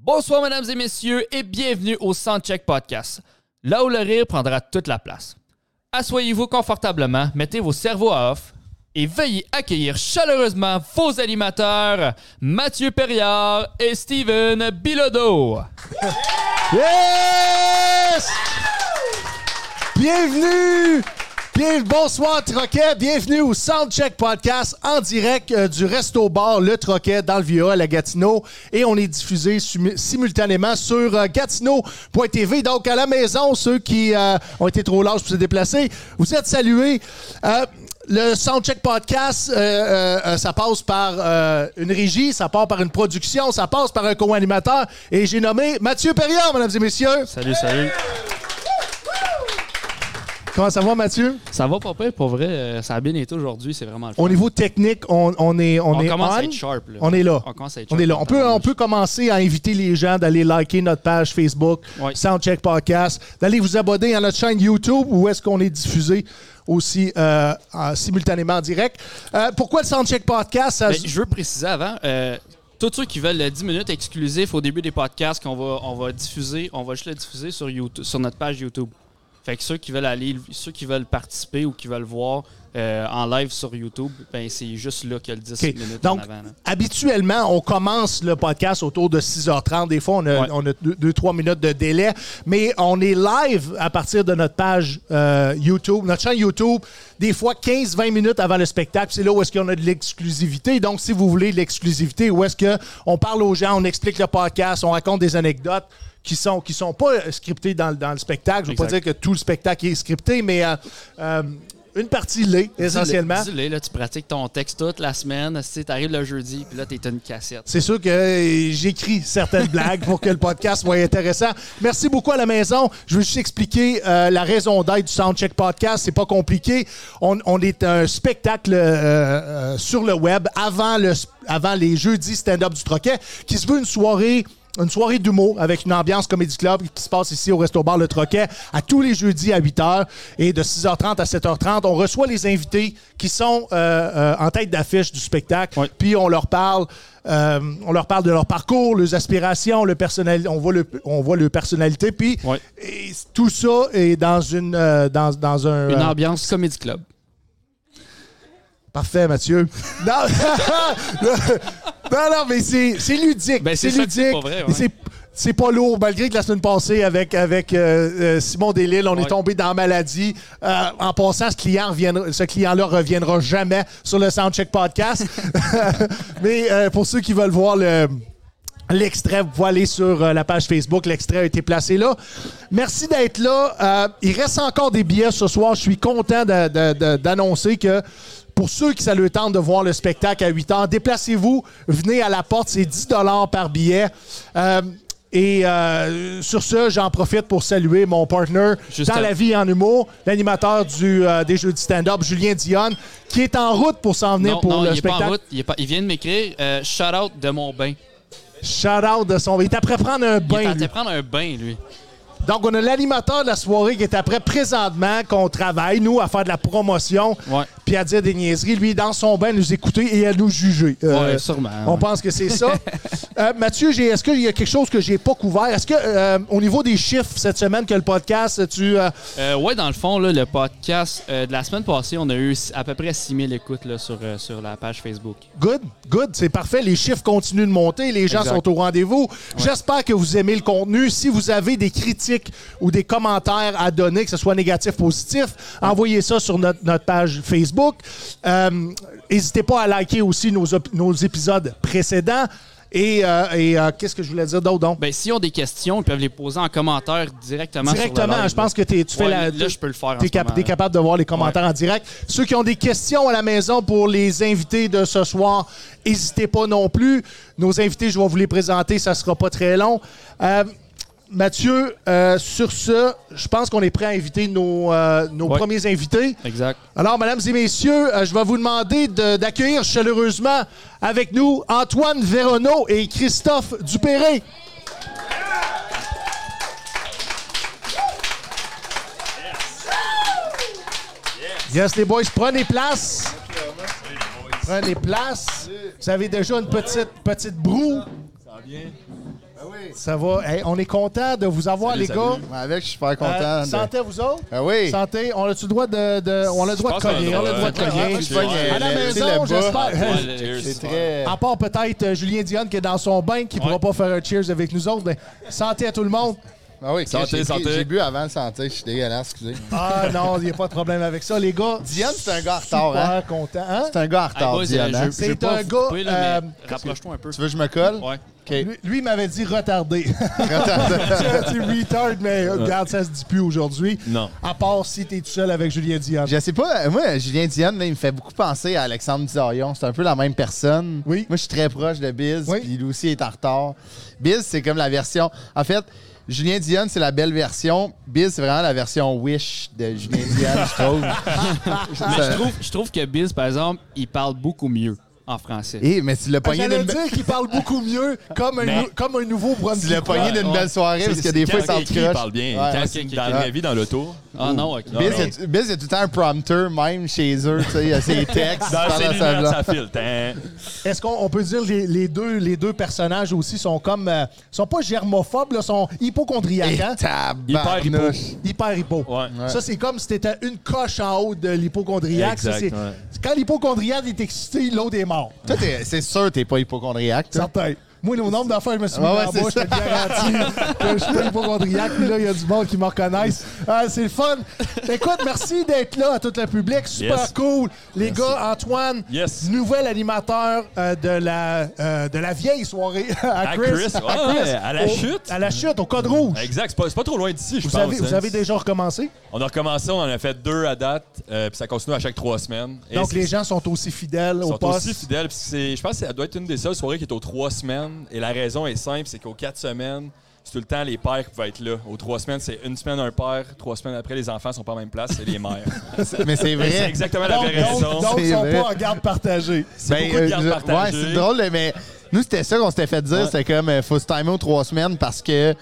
Bonsoir, mesdames et messieurs, et bienvenue au Soundcheck Podcast, là où le rire prendra toute la place. Assoyez-vous confortablement, mettez vos cerveaux à off et veuillez accueillir chaleureusement vos animateurs, Mathieu Perriard et Steven Bilodeau. Yes! Bienvenue! Bien, bonsoir Troquet, bienvenue au Soundcheck Podcast en direct euh, du Resto Bar Le Troquet dans le Vieux à la Gatineau et on est diffusé sumi- simultanément sur euh, gatineau.tv donc à la maison ceux qui euh, ont été trop larges pour se déplacer, vous êtes salués. Euh, le Soundcheck Podcast, euh, euh, euh, ça passe par euh, une régie, ça part par une production, ça passe par un co-animateur et j'ai nommé Mathieu Perriard, mesdames et messieurs. Salut, salut. Comment ça va Mathieu? Ça va pas pire, pour vrai. euh, Ça a bien été aujourd'hui, c'est vraiment le fun. Au niveau technique, on, on est on, On est commence à on. être sharp, là. On est là. On commence à être On sharp, est là. On peut, notamment. on peut commencer à inviter les gens d'aller liker notre page Facebook, Ouais. Soundcheck Podcast, d'aller vous abonner à notre chaîne YouTube où est-ce qu'on est diffusé aussi euh, en- simultanément en direct. Euh, pourquoi le Soundcheck Podcast? Ça- Ben, je veux préciser avant, euh, tous ceux qui veulent le 10 minutes exclusif au début des podcasts qu'on va, on va diffuser, on va juste le diffuser sur, YouTube, sur notre page YouTube. Fait que ceux qui veulent aller, ceux qui veulent participer ou qui veulent voir euh, en live sur YouTube, ben c'est juste là qu'il y a le 10 OK. minutes Donc, en avant. là. habituellement, on commence le podcast autour de 6h30. Des fois, on a, Ouais. on a deux, deux, trois minutes de délai. Mais on est live à partir de notre page euh, YouTube, notre chaîne YouTube, des fois 15-20 minutes avant le spectacle. C'est là où est-ce qu'on a de l'exclusivité. Donc, si vous voulez de l'exclusivité, où est-ce qu'on parle aux gens, on explique le podcast, on raconte des anecdotes qui sont qui sont pas euh, scriptées dans, le- dans le spectacle. Je ne veux pas Exact. dire que tout le spectacle est scripté, mais euh, euh, une partie l'est, essentiellement. Dis-le, dis-le, là, tu pratiques ton texte toute la semaine, tu arrives le jeudi, puis là, t'es une cassette. C'est sûr que euh, j'écris certaines blagues pour que le podcast soit intéressant. Merci beaucoup à la maison. Je veux juste expliquer euh, la raison d'être du Soundcheck Podcast. C'est pas compliqué. On, on est un spectacle euh, euh, sur le web avant, le, sp- avant les jeudis stand-up du Troquet qui se veut une soirée une soirée d'humour avec une ambiance comédie club qui se passe ici au Resto Bar Le Troquet à tous les jeudis à 8h et de 6h30 à 7h30. On reçoit les invités qui sont euh, euh, en tête d'affiche du spectacle. Ouais. Puis on leur parle euh, on leur parle de leur parcours, leurs aspirations, le personnel, on voit le on voit leur personnalité puis Ouais. et tout ça est dans une euh, dans, dans un Une euh, ambiance comédie club. parfait Mathieu. non non, non, mais c'est c'est ludique, Ben, c'est c'est ça que c'est ludique. pas vrai, ouais. Et c'est c'est pas lourd, malgré que la semaine passée, avec, avec euh, euh, Simon Delille, on Ouais. est tombé dans la maladie. Euh, en passant, ce client reviendra- ce client-là reviendra jamais sur le Soundcheck Podcast. Mais euh, pour ceux qui veulent voir le... L'extrait, vous pouvez aller sur euh, la page Facebook. L'extrait a été placé là. Merci d'être là. Euh, il reste encore des billets ce soir. Je suis content de- de- de- d'annoncer que pour ceux qui ça le tente de voir le spectacle à 8 h, déplacez-vous, venez à la porte. C'est 10 par billet. Euh, et euh, sur ce, j'en profite pour saluer mon partner Juste dans à- la vie en humour, l'animateur du, euh, des Jeux du stand-up, Julien Dionne, qui est en route pour s'en venir Non, pour non, le il est pas en spectacle. route, il, est pas- il vient de m'écrire euh, shout out de mon bain. Shout-out de son... Il est après prendre un Il est bain, en train lui. de prendre un bain, lui. Donc, on a l'animateur de la soirée qui est après présentement, qu'on travaille, nous, à faire de la promotion, Ouais. puis à dire des niaiseries. Lui, dans son bain, nous écouter et à nous juger. Euh, Ouais, sûrement, On ouais. pense que c'est ça. Euh, Mathieu, j'ai- est-ce qu'il y a quelque chose que j'ai pas couvert? Est-ce que, euh, au niveau des chiffres cette semaine que le podcast, tu. euh, Euh, ouais, dans le fond, là, le podcast euh, de la semaine passée, on a eu si- à peu près 6000 écoutes là, sur, euh, sur la page Facebook. Good, good, c'est parfait. Les chiffres continuent de monter, les gens Exact. sont au rendez-vous. J'espère que vous aimez le contenu. Si vous avez des critiques ou des commentaires à donner, que ce soit négatif, positif, envoyez ça sur notre, notre page Facebook. Euh, N'hésitez pas à liker aussi nos, op- nos épisodes précédents. Et, euh, et, euh, qu'est-ce que je voulais dire d'autre? donc? Ben, s'ils ont des questions, ils peuvent les poser en commentaire directement. sur le Directement, live, je pense là. que t'es- tu fais Ouais, la. là, je peux le faire en T'es ce cap- moment, t'es là. capable de voir les commentaires en direct. Ceux qui ont des questions à la maison pour les invités de ce soir, n'hésitez pas non plus. Nos invités, je vais vous les présenter, ça sera pas très long. Euh, Mathieu, euh, sur ce, je pense qu'on est prêt à inviter nos, euh, nos Ouais. premiers invités. Exact. Alors, mesdames et messieurs, euh, je vais vous demander de- d'accueillir chaleureusement avec nous Antoine Véronneau et Christophe Dupéré. Yes, les boys, prenez place. Prenez place. Vous avez déjà une petite, petite broue. Ah oui, Ça va. Hey, on est content de vous avoir, Salut, les gars. salut. Avec, je suis super Euh, content. de- santé, vous autres? Ah oui. Santé, on a-tu le droit de, de- on a le droit de pense qu'on a cogner? le On a le droit de droit. Ouais, cogner. ouais, je pogne À la le- tu sais, maison, le bas. j'espère. C'est très. À part peut-être euh, Julien Dionne qui est dans son bain, qui ne pourra pas faire un cheers avec nous autres. Mais santé à tout le monde. Ah oui, Santé, j'ai pris- santé. J'ai bu avant le santé, je suis dégueulasse, excusez. Ah non, il n'y a pas de problème avec ça, les gars. Diane, c'est un gars en retard, Super hein? content. hein? C'est un gars en Hey, retard, boys, Diane. euh, hein? je- C'est pas un vous gars, couper, là, mais euh, Rapproche-toi un peu. Tu veux que je me colle? Ouais. OK. Lui, lui, il m'avait dit retardé. tu retard, mais euh, regarde, ça se dit plus aujourd'hui. Non. À part si t'es tout seul avec Julien Dionne. Je sais pas, euh, moi, Julien Diane, là, il me fait beaucoup penser à Alexandre Dizorion. C'est un peu la même personne. Oui. Moi, je suis très proche de Biz, Oui. puis lui aussi est en retard. Biz, c'est comme la version. En fait, Julien Diane, c'est la belle version. Biz, c'est vraiment la version Wish de Julien Diane, je trouve. Mais je trouve, je trouve que Biz, par exemple, il parle beaucoup mieux en français. Eh, mais tu l'as pogné J'allais d'une be- dire qu'il parle beaucoup mieux, comme un, Mais- nou- comme un nouveau tu Brunswick. l'as pogné d'une ouais. belle soirée, parce que des fois, il quand s'en il écrit, il croche. parle bien. Ouais. Quand ok, c'est ok, dans ok. la vraie vie, dans l'auto, Ah non, ok. Biz, Non. il y a- Biz, il y a tout le temps un prompter, même chez eux, tu sais, il y a ses textes. dans pendant ses sa lunettes, blague. ça filtre. hein. Est-ce qu'on on peut dire les, les deux les deux personnages aussi sont comme euh, sont pas germophobes là, sont hypochondriaques hein? Tabarnouche. Hyper hyper hypo. Ouais. Ça c'est comme si t'étais une coche en haut de l'hypochondriaque. Ça, Exact, c'est- ouais. Quand l'hypochondriaque est excité, l'autre est mort. Toi, t'es- c'est sûr que t'es pas hypochondriaque. toi. Certain. Moi, le nombre d'affaires, je me suis mis Ouais, dans ouais, la c'est bouche, je ça. te garantis que je suis pas hypochondriaque. Puis là, il y a du monde qui me reconnaissent. Ah, c'est le fun. Écoute, merci d'être là à tout le public. Super Yes. cool. Les gars, Antoine, Yes. nouvel animateur euh, de, la, euh, de la vieille soirée à À Chris. Chris, ouais, à la Au- chute. À la chute, au Code Rouge. Exact, c'est pas, c'est pas trop loin d'ici, je Vous pense. avez, hein. vous avez déjà recommencé. On a recommencé, on en a fait deux à date, euh, puis ça continue à chaque trois semaines. Et Donc, c'est- les gens sont aussi fidèles au sont poste. aussi fidèles. puis c'est- je pense que ça doit être une des seules soirées qui est aux trois semaines. Et la raison est simple, c'est qu'aux quatre semaines, c'est tout le temps les pères qui pouvaient être là. Aux trois semaines, c'est une semaine un père, trois semaines après, les enfants sont pas à la même place, c'est les mères. Mais c'est c'est vrai. exactement la Donc, vraie raison. donc, donc, ils C'est sont vrai. pas en garde partagée. c'est Ben, beaucoup de euh, garde je- ouais, partagée. c'est drôle, mais nous, c'était ça qu'on s'était fait dire. Ouais. C'était comme, euh, faut se timer aux trois semaines parce que.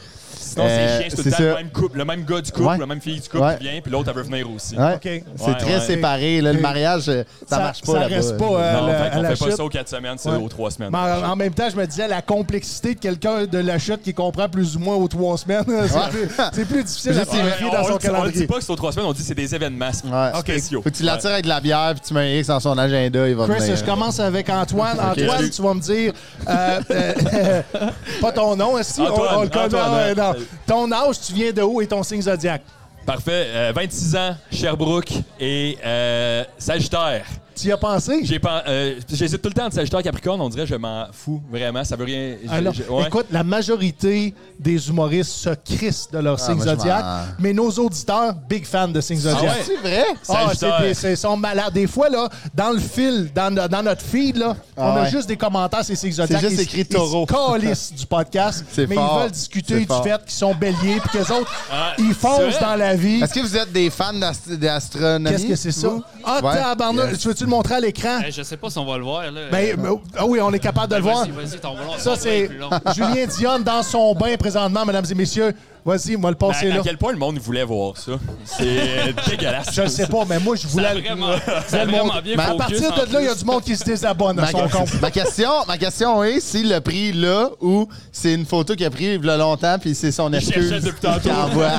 Sinon, euh, c'est chiant, c'est tout c'est le temps le ça. même couple, le même gars du couple, Ouais. la même fille du couple Ouais. qui vient, puis l'autre, elle veut venir aussi. Ouais, OK. hein, C'est Ouais, très ouais. séparé. là, le mariage, euh, ça, marche pas. Ça là-bas. reste pas euh, Non, la- fait à on la fait pas chute. ça aux quatre semaines, c'est Ouais. aux trois semaines. Mais en, en même temps, je me disais, la complexité de quelqu'un de la chute qui comprend plus ou moins aux trois semaines, c'est plus- c'est plus difficile à Juste, il- planifier on, dans on son le dit- on le dit calendrier. pas que c'est aux trois semaines, on dit que c'est des événements Ouais. spéciaux. Faut que tu l'attires avec de la bière, puis tu mets un X dans son agenda, il va Chris, venir. je commence avec Antoine. Antoine, euh, salut. tu vas me dire, euh, euh, euh, pas ton nom, est-ce que- Antoine, on, on le connaît, Antoine, ouais, ouais. non. Ton âge, tu viens de où et ton signe zodiac? Parfait. Euh, 26 ans, Sherbrooke et euh, Sagittaire. Tu y as pensé? J'ai pas- euh, J'hésite tout le temps entre Sagittaire et Capricorne. On dirait que je m'en fous vraiment. Ça veut rien. je- Alors, je- ouais. Écoute, la majorité des humoristes se crissent de leur Ah, signe moi, je zodiac, m'en- mais nos auditeurs, big fans de signe Ah zodiac. ouais, C'est vrai? Ah, Sagittaire. c'est- c'est- ils sont malades. Des fois, là, dans le fil, dans, no- dans notre feed, là, on a Ah ouais. juste des commentaires, c'est exotique. C'est juste écrit taureau. Ils se calissent du podcast, C'est mais fort. ils veulent discuter C'est du fort. fait qu'ils sont béliers puis qu'eux autres, Ah, ils c'est foncent vrai? dans la vie. Est-ce que vous êtes des fans d'ast- d'astronomie? Qu'est-ce que c'est ça? vous? Ah, Ouais. tabarnak, Yes. tu veux-tu le montrer à l'écran? Hey, je sais pas si on va le voir. Là. Ben, mais- ah oui, on est capable de le voir. Vas-y, vas-y, ton bras, Ça, ton bras est c'est plus long. Julien Dion dans son bain présentement, mesdames et messieurs. Vas-y, moi, le Mais passer à, là. à quel point le monde voulait voir ça? C'est euh, dégueulasse. Je le sais pas, mais moi, je Ça a voulais. le- vraiment, ça a le montrer. vraiment bien Mais à focus, partir en de là, il y a plus. du monde qui se désabonne à Ma, son compte. ma question, ma question est si le prix est là ou c'est une photo qu'il a prise il y a longtemps puis c'est son excuse cherchait depuis tantôt. qu'il envoie.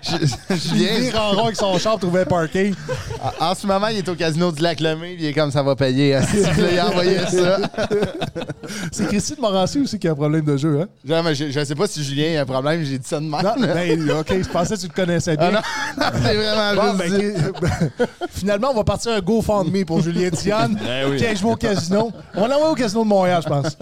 Je- je Il viens- vire en rond avec son char pour trouver un parking. en, en ce moment, il est au casino du lac Lemay, puis il est comme ça va payer. hein. il a envoyé ça. C'est Christy de Morancy aussi qui a un problème de jeu, hein? Genre, mais je, je sais pas si Julien a un problème, j'ai dit ça de même. Non, Ah là. ben, OK, je pensais que tu le connaissais bien. c'est vraiment Bon, juste ben, dit. Chris- Finalement, on va partir un GoFundMe pour Julien Dionne. Eh oui. qui a joué au casino. On l'a envoyé au casino de Montréal, je pense.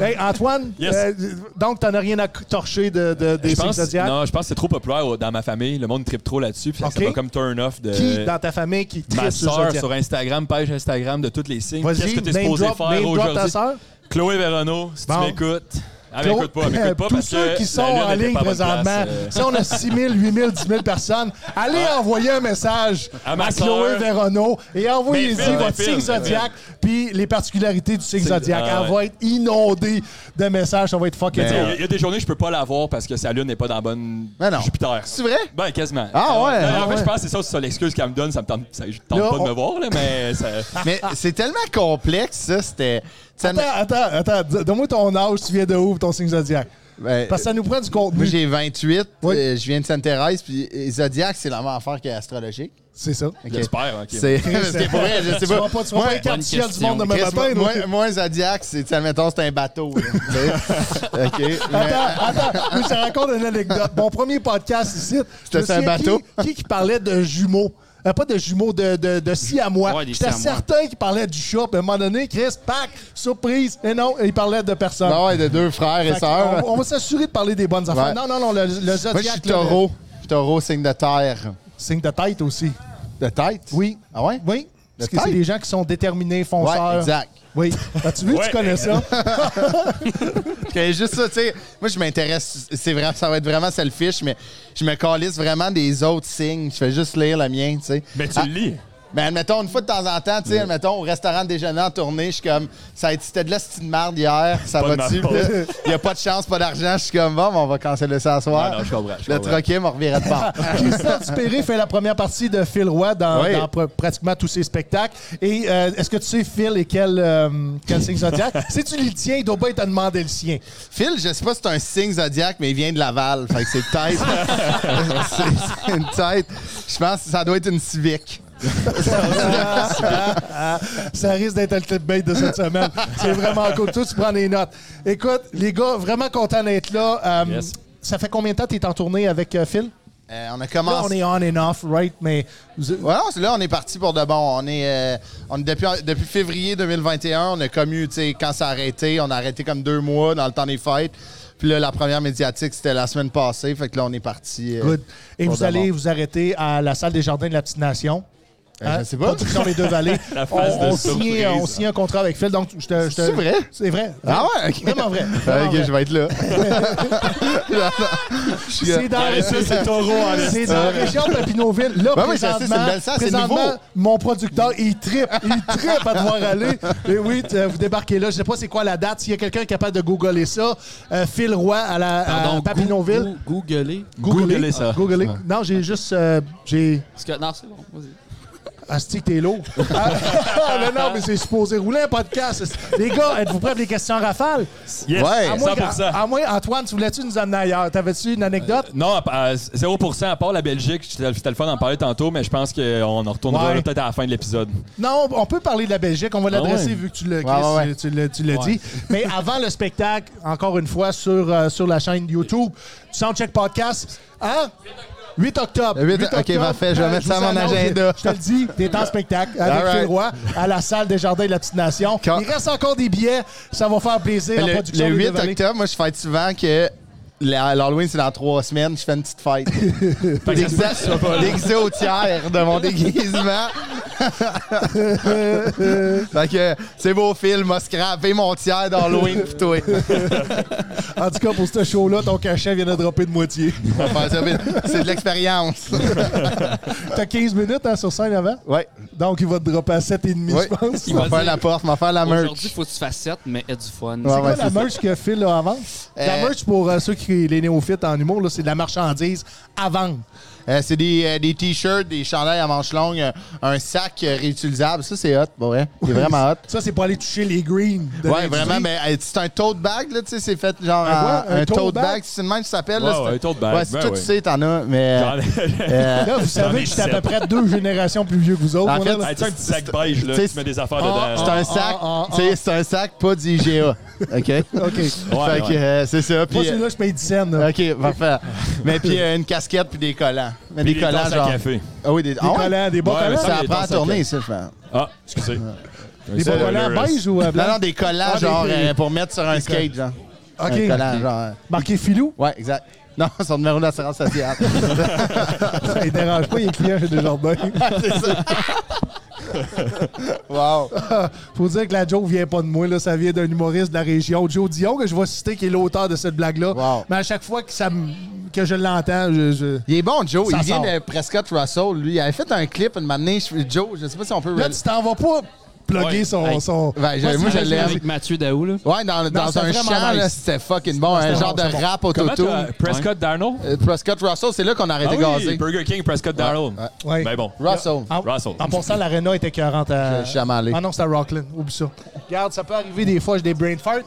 Hey, Antoine, Yes. euh, donc, t'en as rien à torcher de, de- des Je signes pense, zodiaques? non, je pense que c'est trop populaire euh, dans ma famille. Le monde tripe trop là-dessus. Puis ça- Ok. ça va comme turn off de. Qui dans ta famille qui euh, Ma tripe sur le soeur zodiac? sur Instagram, page Instagram de toutes les signes. Qu'est-ce Vas-y, que t'es name supposé drop, faire name drop ta aujourd'hui? soeur. Chloé Verano, si Bon. tu m'écoutes. Ah, ben, écoute pas, elle m'écoute pas Tous parce ceux que qui la sont lune en était ligne pas à bonne présentement, place, euh. Ah. si on a 6 000, 8 000, 10 000 personnes, allez envoyer un message à, À ma Chloé sœur. Vérono et envoyez-y Mais Phil, votre Phil, signe Phil. zodiac puis les particularités du signe C'est- zodiac. ah Elle va être inondée de messages, ça va être fucking Il y drôle. a- il y a des journées, je peux pas l'avoir parce que sa lune n'est pas dans la bonne Mais non. Jupiter. C'est vrai? Ben, quasiment. Ah ouais, Non, ah en fait, ouais. je pense que c'est ça, c'est ça l'excuse qu'elle me donne. Ça me tente, ça, je tente Là, pas de on- Ah, me voir, là, mais ça. Mais c'est tellement complexe, ça. C'était. tellement- Attends, attends, attends, dis- donne-moi ton âge, tu viens de où, ton signe zodiac? Ben, Parce que ça nous prend du Moi, contenu. j'ai 28. Oui. euh, je viens de Sainte-Thérèse. Puis euh, Zodiac, c'est la même affaire que astrologique. C'est ça. Ok. J'espère, ok. C'est parce que pour vrai, je sais Tu pas. vas pas, tu vas Moi, pas être carte bonne ciel du question. monde demain Chris, matin. moi, là. moi, un Zodiac, c'est, tu sais, admettons, c'est un bateau. là, tu sais. OK. mais- Attends, attends, mais je te raconte une anecdote. Mon premier podcast ici, je C'était me sur un souviens bateau? Qui, qui qui parlait de jumeaux? Euh, pas de jumeaux, de, de, de siamois. Ouais, des J'étais siamois. certain qu'il parlait du chat. Puis à un moment donné, Chris, pack, surprise. Et non, il parlait de personne. Non, bah ouais, de deux frères et Fait que sœurs. on, on va s'assurer de parler des bonnes affaires. Ouais. Non, non, non, le, le zodiac. Moi, je suis là, le- taureau. Je suis taureau, signe de terre. Signe de tête aussi. De tête? Oui. Ah ouais? Oui. De Parce que c'est tête? des gens qui sont déterminés, fonceurs. Ouais, exact. Oui. As-tu vu, Ouais. tu connais ça? Que juste ça, tu sais, moi, je m'intéresse, c'est vrai, ça va être vraiment selfish, mais je me calisse vraiment des autres signes. Je fais juste lire le mien, tu sais. Mais Ben, tu Ah, le lis. Mais admettons, une fois de temps en temps, tu sais, admettons, au restaurant de déjeuner en tournée, je suis comme, ça a été c'était de la style de marde hier, ça Pas de va-tu? ma faute. Puis là, Il n'y a pas de chance, pas d'argent, je suis comme, bon, ben, on va canceller ça à soir. Ah, Non, non, je comprends, je Le comprends. troquet, on revirait de bord. Christian Dupéré fait la première partie de Phil Roy dans, Oui. dans pr- pratiquement tous ses spectacles. Et euh, est-ce que tu sais, Phil, et quel, euh, quel signe zodiac? si tu lis le tien, il doit pas t'a demandé le sien. Phil, je sais pas si c'est un signe zodiac, mais il vient de Laval. Fait que c'est tête. c'est c'est une tête. Je pense que ça doit être une civique. Ça risque d'être le clipbait de cette semaine. C'est vraiment cool. Toi, tu prends des notes. Écoute, les gars, vraiment content d'être là. Euh, Yes. Ça fait combien de temps que tu es en tournée avec euh, Phil? Euh, on a Là, on commencé. est on and off, right? Mais vous- Ouais, on- là, on est parti pour de bon. On est, euh, on est depuis, depuis février 2021, on a comme eu, tu sais, quand ça a arrêté, on a arrêté comme deux mois dans le temps des fêtes. Puis là, la première médiatique, c'était la semaine passée. Fait que là, on est parti. euh, Good. Et pour vous de allez bon. vous arrêter à la salle des jardins de Hein? la Petite Nation. Euh, je sais pas. toutes sur les deux vallées. La on, phase de on surprise, signe, on hein. signe un contrat avec Phil. Donc, je te- je te- C'est vrai? C'est vrai. Ah ouais? ok. Vraiment vrai. Euh, Vraiment ok, vrai. je vais être là. C'est dans, Ouais, ça, Ah, c'est taureau, en est. c'est dans la région de Papineauville. Là, Ouais, oui, je sais, présentement, c'est une belle salle, c'est présentement, nouveau. mon producteur, il tripe. Il tripe à devoir aller. Et oui, t- euh, vous débarquez là. Je sais pas c'est quoi la date. S'il y a quelqu'un capable de googler ça, euh, Phil Roy à, la, à Pardon, Papineauville. gou- Googlez. Googlez ça. Googlez. Non, j'ai juste... euh, j'ai... Parce que- non, c'est bon, vas-y. Asti, t'es lourd. Ah, non, non, mais c'est supposé rouler un podcast. Les gars, êtes-vous prêts pour les questions en rafale? Yes, Ouais. À moins, 100%. qu'à- à moins, Antoine, tu voulais-tu nous amener ailleurs? T'avais-tu une anecdote? Non, à- à 0%, à part la Belgique, c'était c'était le fun d'en parler tantôt, mais je pense qu'on en retournera Ouais. là peut-être à la fin de l'épisode. Non, on peut parler de la Belgique. On va l'adresser ouais. vu que tu l'as Ah Ouais, ouais, ouais. tu l'as- tu l'as dit. Mais avant le spectacle, encore une fois, sur, euh, sur la chaîne YouTube, du Soundcheck Podcast, hein? 8 octobre. Le 8 ok, parfait, je vais Euh, mettre ça à vous mon annonce, agenda. Je te le dis, t'es en spectacle avec Alright. Phil Roy à la salle des Jardins de la Petite Nation. Quand- Il reste encore des billets. Ça va faire plaisir. en le, production le des 8 Deux Vallées. octobre, moi, je fête souvent que la- l'Halloween, c'est dans trois semaines. Je fais une petite fête. Déguisé au tiers de mon déguisement. fait que c'est beau, Phil. M'a scrappé mon tiers d'Halloween pour toi. En tout cas, pour ce show-là, ton cachet vient de dropper de moitié. On va faire ça vite. C'est de l'expérience. T'as 15 minutes hein, sur scène avant. Ouais. Donc, il va te dropper à 7,5, Oui. je pense. Il On va va faire dire- la porte, on va faire la Aujourd'hui, merch. il faut que tu fasses 7, mais aie du fun. Ouais, ouais, C'est quoi la c'est ça. merch que Phil a à vendre? La Euh, merch, pour euh, ceux qui les néophytes en humour, là, c'est de la marchandise à vendre. Euh, c'est des, euh, des t-shirts, des chandails à manches longues, euh, un sac euh, réutilisable. Ça, c'est hot, pour vrai. C'est vraiment hot. Ça, c'est pour aller toucher les greens. de Ouais, l'industrie. vraiment, mais euh, c'est un tote bag, là, tu sais, c'est fait genre Un quoi? en- un, tote, bag, c'est le même que ça s'appelle. là, Ouais, c'est- ouais, un tote bag, Ouais, c'est ben toi, ouais. tu sais, t'en as, mais. J'en ai- euh, Là, vous savez que j'étais à peu près deux générations plus vieux que vous autres. En moi, fait, là. Hey, tu sais, un petit sac beige, là, T'sais, tu mets des affaires ah, dedans. c'est là. un ah, sac, ah, ah, tu sais, c'est un sac pas d'IGA. OK? fait OK. Ouais, que ouais. euh, c'est ça. Moi, Puis, euh, celui-là, je paye 10 cents. là. OK, parfait. Mais puis euh, une casquette puis des collants. Mais Puis des les collants, tasses à genre. café. Ah oui, des, Des ah ouais? collants, des bons Ouais, mais collants. ça- Ça les apprend à tasses à tourner, café. ça, je pense. Ah, excusez. Euh, Des bons collants beige ou euh, blanc? Non, non, des collants, Ah, des- genre, des- euh, pour mettre sur un skate, genre. OK. Un collant, genre. euh, Marqué Filou. Ouais, exact. Non, son numéro d'assurance sociale. Ça ne dérange pas les clients chez Desjardins. c'est ça. wow. Faut dire que la joke vient pas de moi, là, ça vient d'un humoriste de la région, Joe Dion, que je vais citer, qui est l'auteur de cette blague-là. Wow. Mais à chaque fois que, ça me- que je l'entends, je- je... Il est bon, Joe. Ça il vient sort. de Prescott Russell. Lui, il avait fait un clip une matinée. Je- Joe, je sais pas si on peut. Là, tu t'en vas pas plugger Ouais. son, Hey. son- Ouais, je- Moi, moi, c'est- je l'aime. Avec Mathieu Daou, là. Ouais, dans, dans c'était un vraiment champ, nice. là, c'était fucking bon. Un c'était genre bon, de c'était rap Comment autotune. t'as- Prescott Darnold? Euh, Prescott Russell, c'est là qu'on a Ah arrêté oui, gazé. Burger King, Prescott Darnold. Ouais. Ben bon. Russell. En, Russell. en passant, l'arena était 40 à. Je suis jamais allé. Ah non, c'était à Rockland. Oublie ça. Regarde, ça peut arriver des fois, j'ai des brain farts.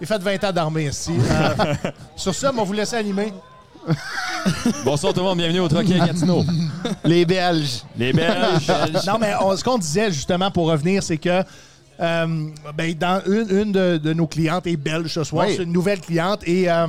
Il fait 20 ans d'armée ici. Euh, sur ça, on va vous laisser animer. Bonsoir tout le monde, bienvenue au Troquet Ah. Gatineau. Les Belges. Les Belges. Non, mais on- ce qu'on disait justement pour revenir, c'est que euh, ben, dans une, une de, de nos clientes est belge ce soir. Oui. C'est une nouvelle cliente et euh,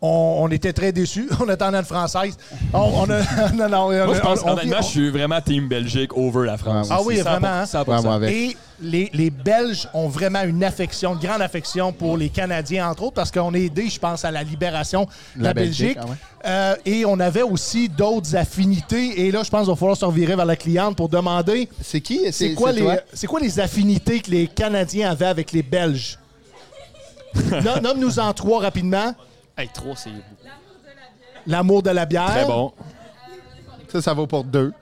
on, on était très déçus. On attendait une française. On, on a, non, non, on- Moi, je pense, on- on- honnêtement, je suis vraiment Team Belgique over la France. Ah oui, C'est 100%, vraiment, hein? 100%. Vraiment avec. Et les, les Belges ont vraiment une affection, une grande affection pour les Canadiens, entre autres, parce qu'on est aidé, je pense, à la libération de la, La Belgique. Belgique, ah ouais. Euh, et on avait aussi d'autres affinités. Et là, je pense qu'il va falloir se revirer vers la cliente pour demander C'est qui? c'est quoi, les, toi? c'est quoi les affinités que les Canadiens avaient avec les Belges. Nom- Nomme-nous en trois rapidement. Hey, trop, c'est. L'amour de la bière. Très bon. Ça, ça vaut pour deux.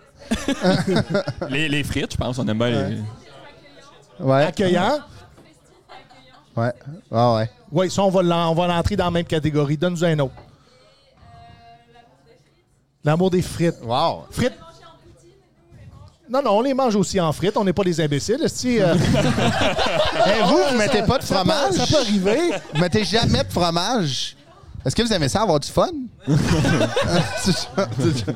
Les, les frites, je pense, on aime bien les... Ouais. Accueillant. Ouais. Ah ouais. Oui, ça, on va l'en- on va l'entrer dans la même catégorie. Donne-nous un autre. L'amour des frites. Wow. Frites. Non, non, on les mange aussi en frites. On n'est pas des imbéciles. euh? esti, euh, Eh, vous, vous mettez pas de ça, peut, fromage? ça peut arriver. Vous mettez jamais de fromage? Est-ce que vous aimez ça avoir du fun? C'est ça, c'est ça.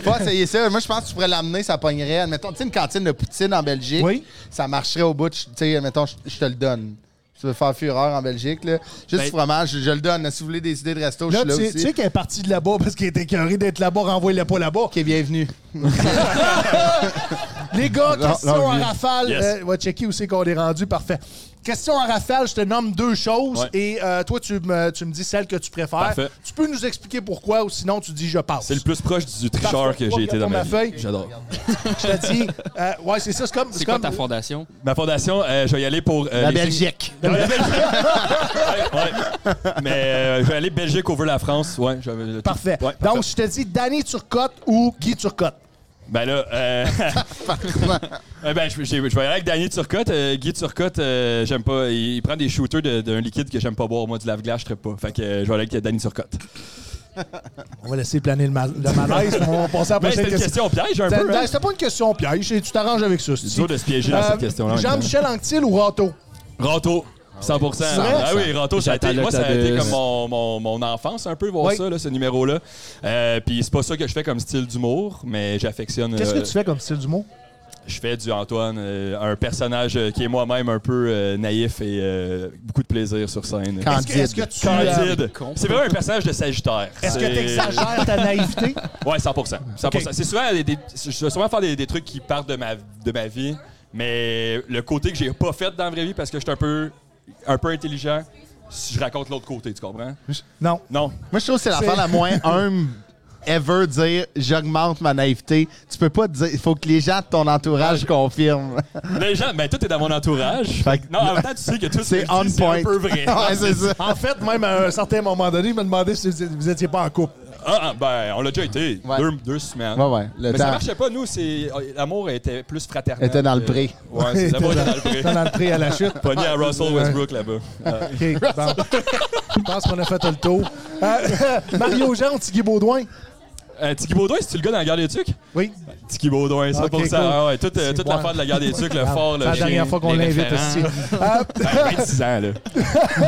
Faut essayer ça. Moi, je pense que tu pourrais l'amener, ça pognerait. Admettons, tu sais, une cantine de poutine en Belgique, Oui. ça marcherait au bout. de- Tu sais, admettons, je je te le donne. Si tu veux faire fureur en Belgique, là. Juste Ben- du fromage, je, je le donne. Si vous voulez des idées de resto, je Là, suis là tu, sais- aussi. tu sais qu'elle est partie de là-bas parce qu'elle était écœurée d'être là-bas. Renvoie-la pas là-bas. qui est bienvenu. Les gars, Non, question non, à lui. rafale. Yes. Euh, on va checker où c'est qu'on est rendu. Parfait. Question à rafale, je te nomme deux choses Ouais. et euh, toi, tu me, tu me dis celle que tu préfères. Parfait. Tu peux nous expliquer pourquoi ou sinon tu dis je passe. C'est le plus proche du tricheur Parfait. que j'ai été dans ma Regarde vie. ma J'adore. Je te dis, euh, ouais, c'est ça. C'est comme. C'est quoi comme- ta fondation? Ma fondation, euh, je vais y aller pour... euh, les- Non, la Belgique. ouais, ouais. Mais euh, je vais aller Belgique over la France. Ouais, je- je- Parfait. Ouais, Donc, je te dis Danny Turcotte ou Guy Turcotte. Ben là, euh, Ouais, ben, je, j'ai- je vais aller avec Daniel Turcotte. Euh, Guy Turcotte, euh, j'aime pas. Il, il prend des shooters de- d'un liquide que j'aime pas boire. Moi, du lave-glace, je traite pas. Fait que euh, je vais aller avec Danny Turcotte. Ah, On va laisser planer le, mal- le malaise. on va passer à la Ben, prochaine c'était une question. question piège, un C'était peu. hein? c'était pas une question piège. c'est- Tu t'arranges avec ça. C'est c'est-tu. dur de se piéger dans Euh, cette question-là. Jean-Michel Anctil ou Rato? Ranto. 100%. vrai, Ah oui, Ranto, ça a été, J'attends moi, le ça a tas de- été comme mon, mon, mon enfance, un peu, voir Oui. ça, là, ce numéro-là. Euh, Puis c'est pas ça que je fais comme style d'humour, mais j'affectionne. Qu'est-ce que euh, tu fais comme style d'humour? Je fais du Antoine, euh, un personnage euh, qui est moi-même un peu euh, naïf et euh, beaucoup de plaisir sur scène. Quand- Est-ce que, est-ce que tu. euh, Candide. C'est vraiment un personnage de Sagittaire. Est-ce que C'est- tu exagères ta naïveté? Ouais, 100 100 C'est souvent des, des- je vais souvent faire des, des trucs qui partent de ma, de ma vie, mais le côté que j'ai pas fait dans la vraie vie parce que je suis un peu, un peu intelligent, je raconte l'autre côté, tu comprends? Non. Non. Moi, je trouve que c'est l'affaire la moins humble ever dire j'augmente ma naïveté. Tu peux pas dire. Il faut que les gens de ton entourage confirment. Les gens, ben tout est dans mon entourage. Fait que- non, en même temps, tu sais que tout ce que C'est je dis, on c'est point. un peu vrai. ouais, c'est ça. En fait, même à un certain moment donné, il m'a demandé si vous- vous étiez pas en couple. Ah, ah, ben, on l'a déjà été. Ouais. Deux, deux semaines. Ouais, ouais. Le Mais ça temps marchait pas, nous, c'est. L'amour était plus fraternel. était dans le que- pré. Ouais, c'est- l'amour était dans le pré. Dans l'entrée à la chute. Pogné à Russell Westbrook là-bas. OK, bon. Je pense qu'on a fait le tour. Euh, Mario Jean ou Tigui Baudouin? Euh, Tiki Baudouin, c'est-tu le gars dans la guerre des tucs? Oui. Tiki Baudouin, 100%. cool. Ah ouais, toute euh, C'est toute bon. l'affaire de la guerre des tucs, le fort, C'est le la chien. dernière fois qu'on les l'invite référents. aussi. Euh, Ben, 26 ans, là.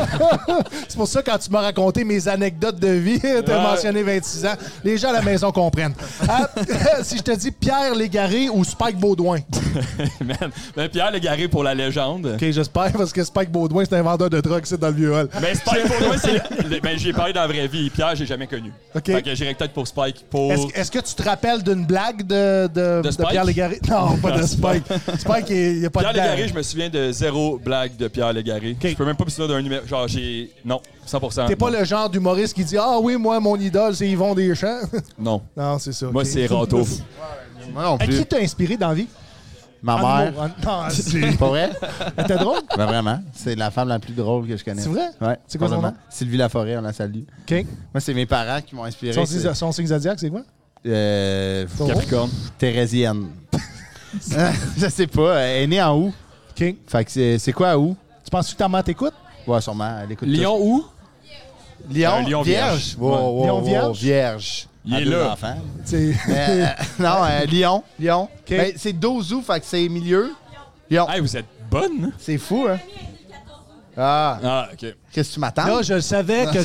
C'est pour ça que quand tu m'as raconté mes anecdotes de vie, tu as Ouais. mentionné 26 ans, les gens à la maison comprennent. Euh, si je te dis Pierre Légaré ou Spike Baudouin? OK, Man. Ben, Pierre Légaré pour la légende. j'espère, parce que Spike Baudouin, c'est un vendeur de drogue, c'est dans le vieux hall. Ben, Spike pour moi, c'est. le- Ben, j'ai parlé dans la vraie vie. Pierre, j'ai jamais connu. Ok. Fait que j'irais peut-être pour Spike pour. Est-ce, est-ce que tu te rappelles d'une blague de, de, Oh. De Spike? Pierre Légaré? Non, pas de Spike. Spike, il n'y a pas Pierre de blague. Légaré, je me souviens de zéro blague de Pierre Légaré. Je peux même pas me souvenir d'un numéro. Genre, j'ai. Non, 100%. T'es pas le genre d'humoriste qui dit Ah oui, moi, mon idole, c'est Yvon Deschamps. Non. non, c'est ça. Moi, ok. c'est Ranto. Moi non À plus. qui t'a inspiré dans la vie? Ma En mère. humour. Ah, Non, c'est. Pas vrai? T'es drôle? Ben vraiment. C'est la femme la plus drôle que je connais. C'est vrai? Ouais. C'est quoi son probablement. nom? Sylvie Laforêt, on la salue. OK. Moi, c'est mes parents qui m'ont inspiré. Son, c'est- son signe zodiac, c'est quoi? Euh, Son nom? Capricorne. Thérésienne. Ah, je sais pas. Elle est née en août. OK. Fait que c'est c'est quoi août? Tu penses que ta mère t'écoute? Ouais, sûrement. Elle écoute Lyon ou? tout. Lion. Un Euh, lion vierge. vierge. Wow, wow, Lion wow, vierge? vierge. Il À est deux là. enfants. C'est- Euh, non, euh, Lyon. Lyon. Ben, c'est 12 août, fait que c'est milieu. Lyon. Hey, vous êtes bonne. C'est fou, hein? Ah, Ah, OK. qu'est-ce que tu m'attends? Là, je le savais que.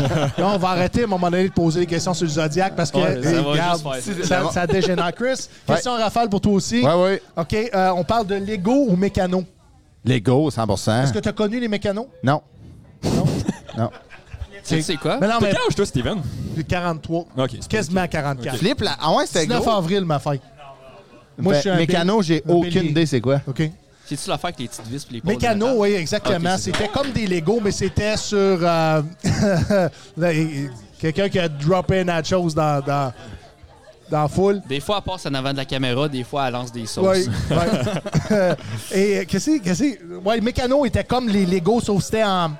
Là, on va arrêter à un moment donné de poser des questions sur le Zodiac parce que Ouais, ça hey, va regarde, juste faire ça, ça dégénère. Chris, question rafale pour toi aussi. Ouais, ouais. OK, euh, on parle de Lego ou mécano. Lego, 100 Est-ce que tu as connu les mécanos? Non. Tu sais, c'est quoi? Mais non, T'as mais quel âge, toi, Steven? j'ai 43. Ok, c'est pas Quasiment 44. Flip, là. Ah ouais, c'était 19 gros. avril, ma fête. Moi, je suis un Mécano, bé- j'ai un aucune bélier. idée c'est quoi. OK. C'est-tu l'affaire avec les petites vis et les pôles de Mécano, métal? oui, exactement. Ok, c'est c'était comme des Legos, mais c'était sur. euh, là, il- Quelqu'un qui a droppé une chose dans, dans, dans la foule. Des fois, elle passe en avant de la caméra, des fois, elle lance des sauces. Oui, ouais. Et euh, qu'est-ce que qu'est-ce que- Ouais, le mécano était comme les Legos, sauf que c'était en.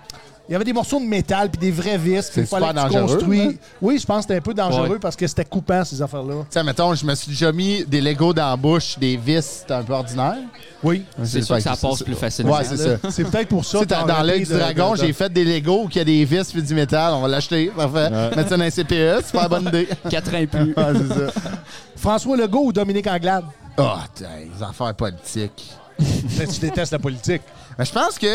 Il y avait des morceaux de métal puis des vrais vis. puis C'est il fallait super que tu dangereux, construis- hein? Oui, je pense que c'était un peu dangereux Ouais. parce que c'était coupant, ces affaires-là. Tu sais, mettons, je me suis déjà mis des Legos dans la bouche, des vis, c'était un peu ordinaire. Oui. C'est sûr que ça passe plus facilement. Ouais, c'est ça. Tu C'est peut-être pour ça. sais, dans, dans l'œil du dragon, j'ai j'ai fait des Legos qui a des vis puis du métal. On va l'acheter, parfait. Mettre ça dans un CPE, super bonne idée. 4 ans et plus. Ouais, c'est ça. François Legault ou Dominique Anglade? Ah, putain, les affaires politiques. tu détestes la politique. Mais Ben, je pense que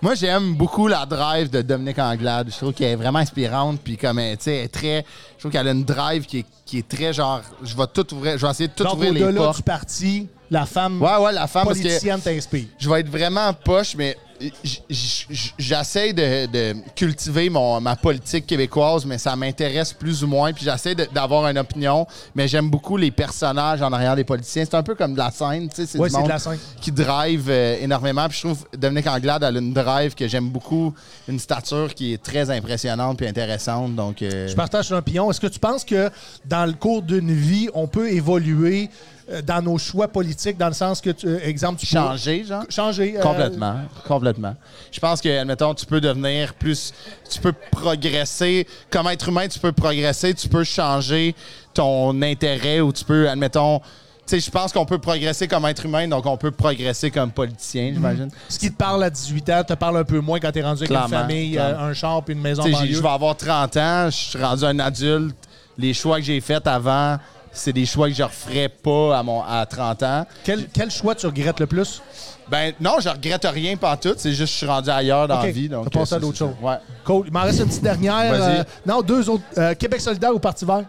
moi j'aime beaucoup la drive de Dominique Anglade. Je trouve qu'elle est vraiment inspirante puis comme euh, tu sais elle est très je trouve qu'elle a une drive qui est, qui est très genre je vais tout ouvrir, je vais essayer de tout Donc, ouvrir les au-delà du portes. parti, la femme Ouais ouais, la femme parce que politicienne t'inspire. je vais être vraiment poche mais j- j- j- j'essaie de, de cultiver mon, ma politique québécoise mais ça m'intéresse plus ou moins puis j'essaie de- d'avoir une opinion mais j'aime beaucoup les personnages en arrière des politiciens c'est un peu comme de la scène tu sais c'est Oui, du c'est de monde la scène. qui drive euh, énormément. Puis je trouve Dominique Anglade elle a une drive que j'aime beaucoup, une stature qui est très impressionnante puis intéressante. Donc, euh, Je partage ton opinion. Est-ce que tu penses que dans le cours d'une vie, on peut évoluer euh, dans nos choix politiques, dans le sens que, tu, euh, exemple, tu peux- changer, genre. changer euh, Complètement, complètement. Je pense que, admettons, tu peux devenir plus, tu peux progresser. Comme être humain, tu peux progresser, tu peux changer ton intérêt ou tu peux, admettons, tu sais, je pense qu'on peut progresser comme être humain, donc on peut progresser comme politicien, j'imagine. Ce qui te parle à 18 ans, te parle un peu moins quand t'es rendu avec une Clairement, famille, clairement. euh, un char puis une maison en Tu sais, j'ai- banlieue. je vais avoir 30 ans, je suis rendu un adulte. Les choix que j'ai faits avant, c'est des choix que je referais pas à, mon, à 30 ans. Quel, quel choix tu regrettes le plus? Ben non, je regrette rien pas tout, c'est juste que je suis rendu ailleurs dans Ok, la vie. Donc, t'as passé à euh, d'autres c'est- choses. Ouais. Cool. Il m'en reste une petite dernière. Vas-y. euh, non, deux autres. Euh, Québec solidaire ou Parti vert?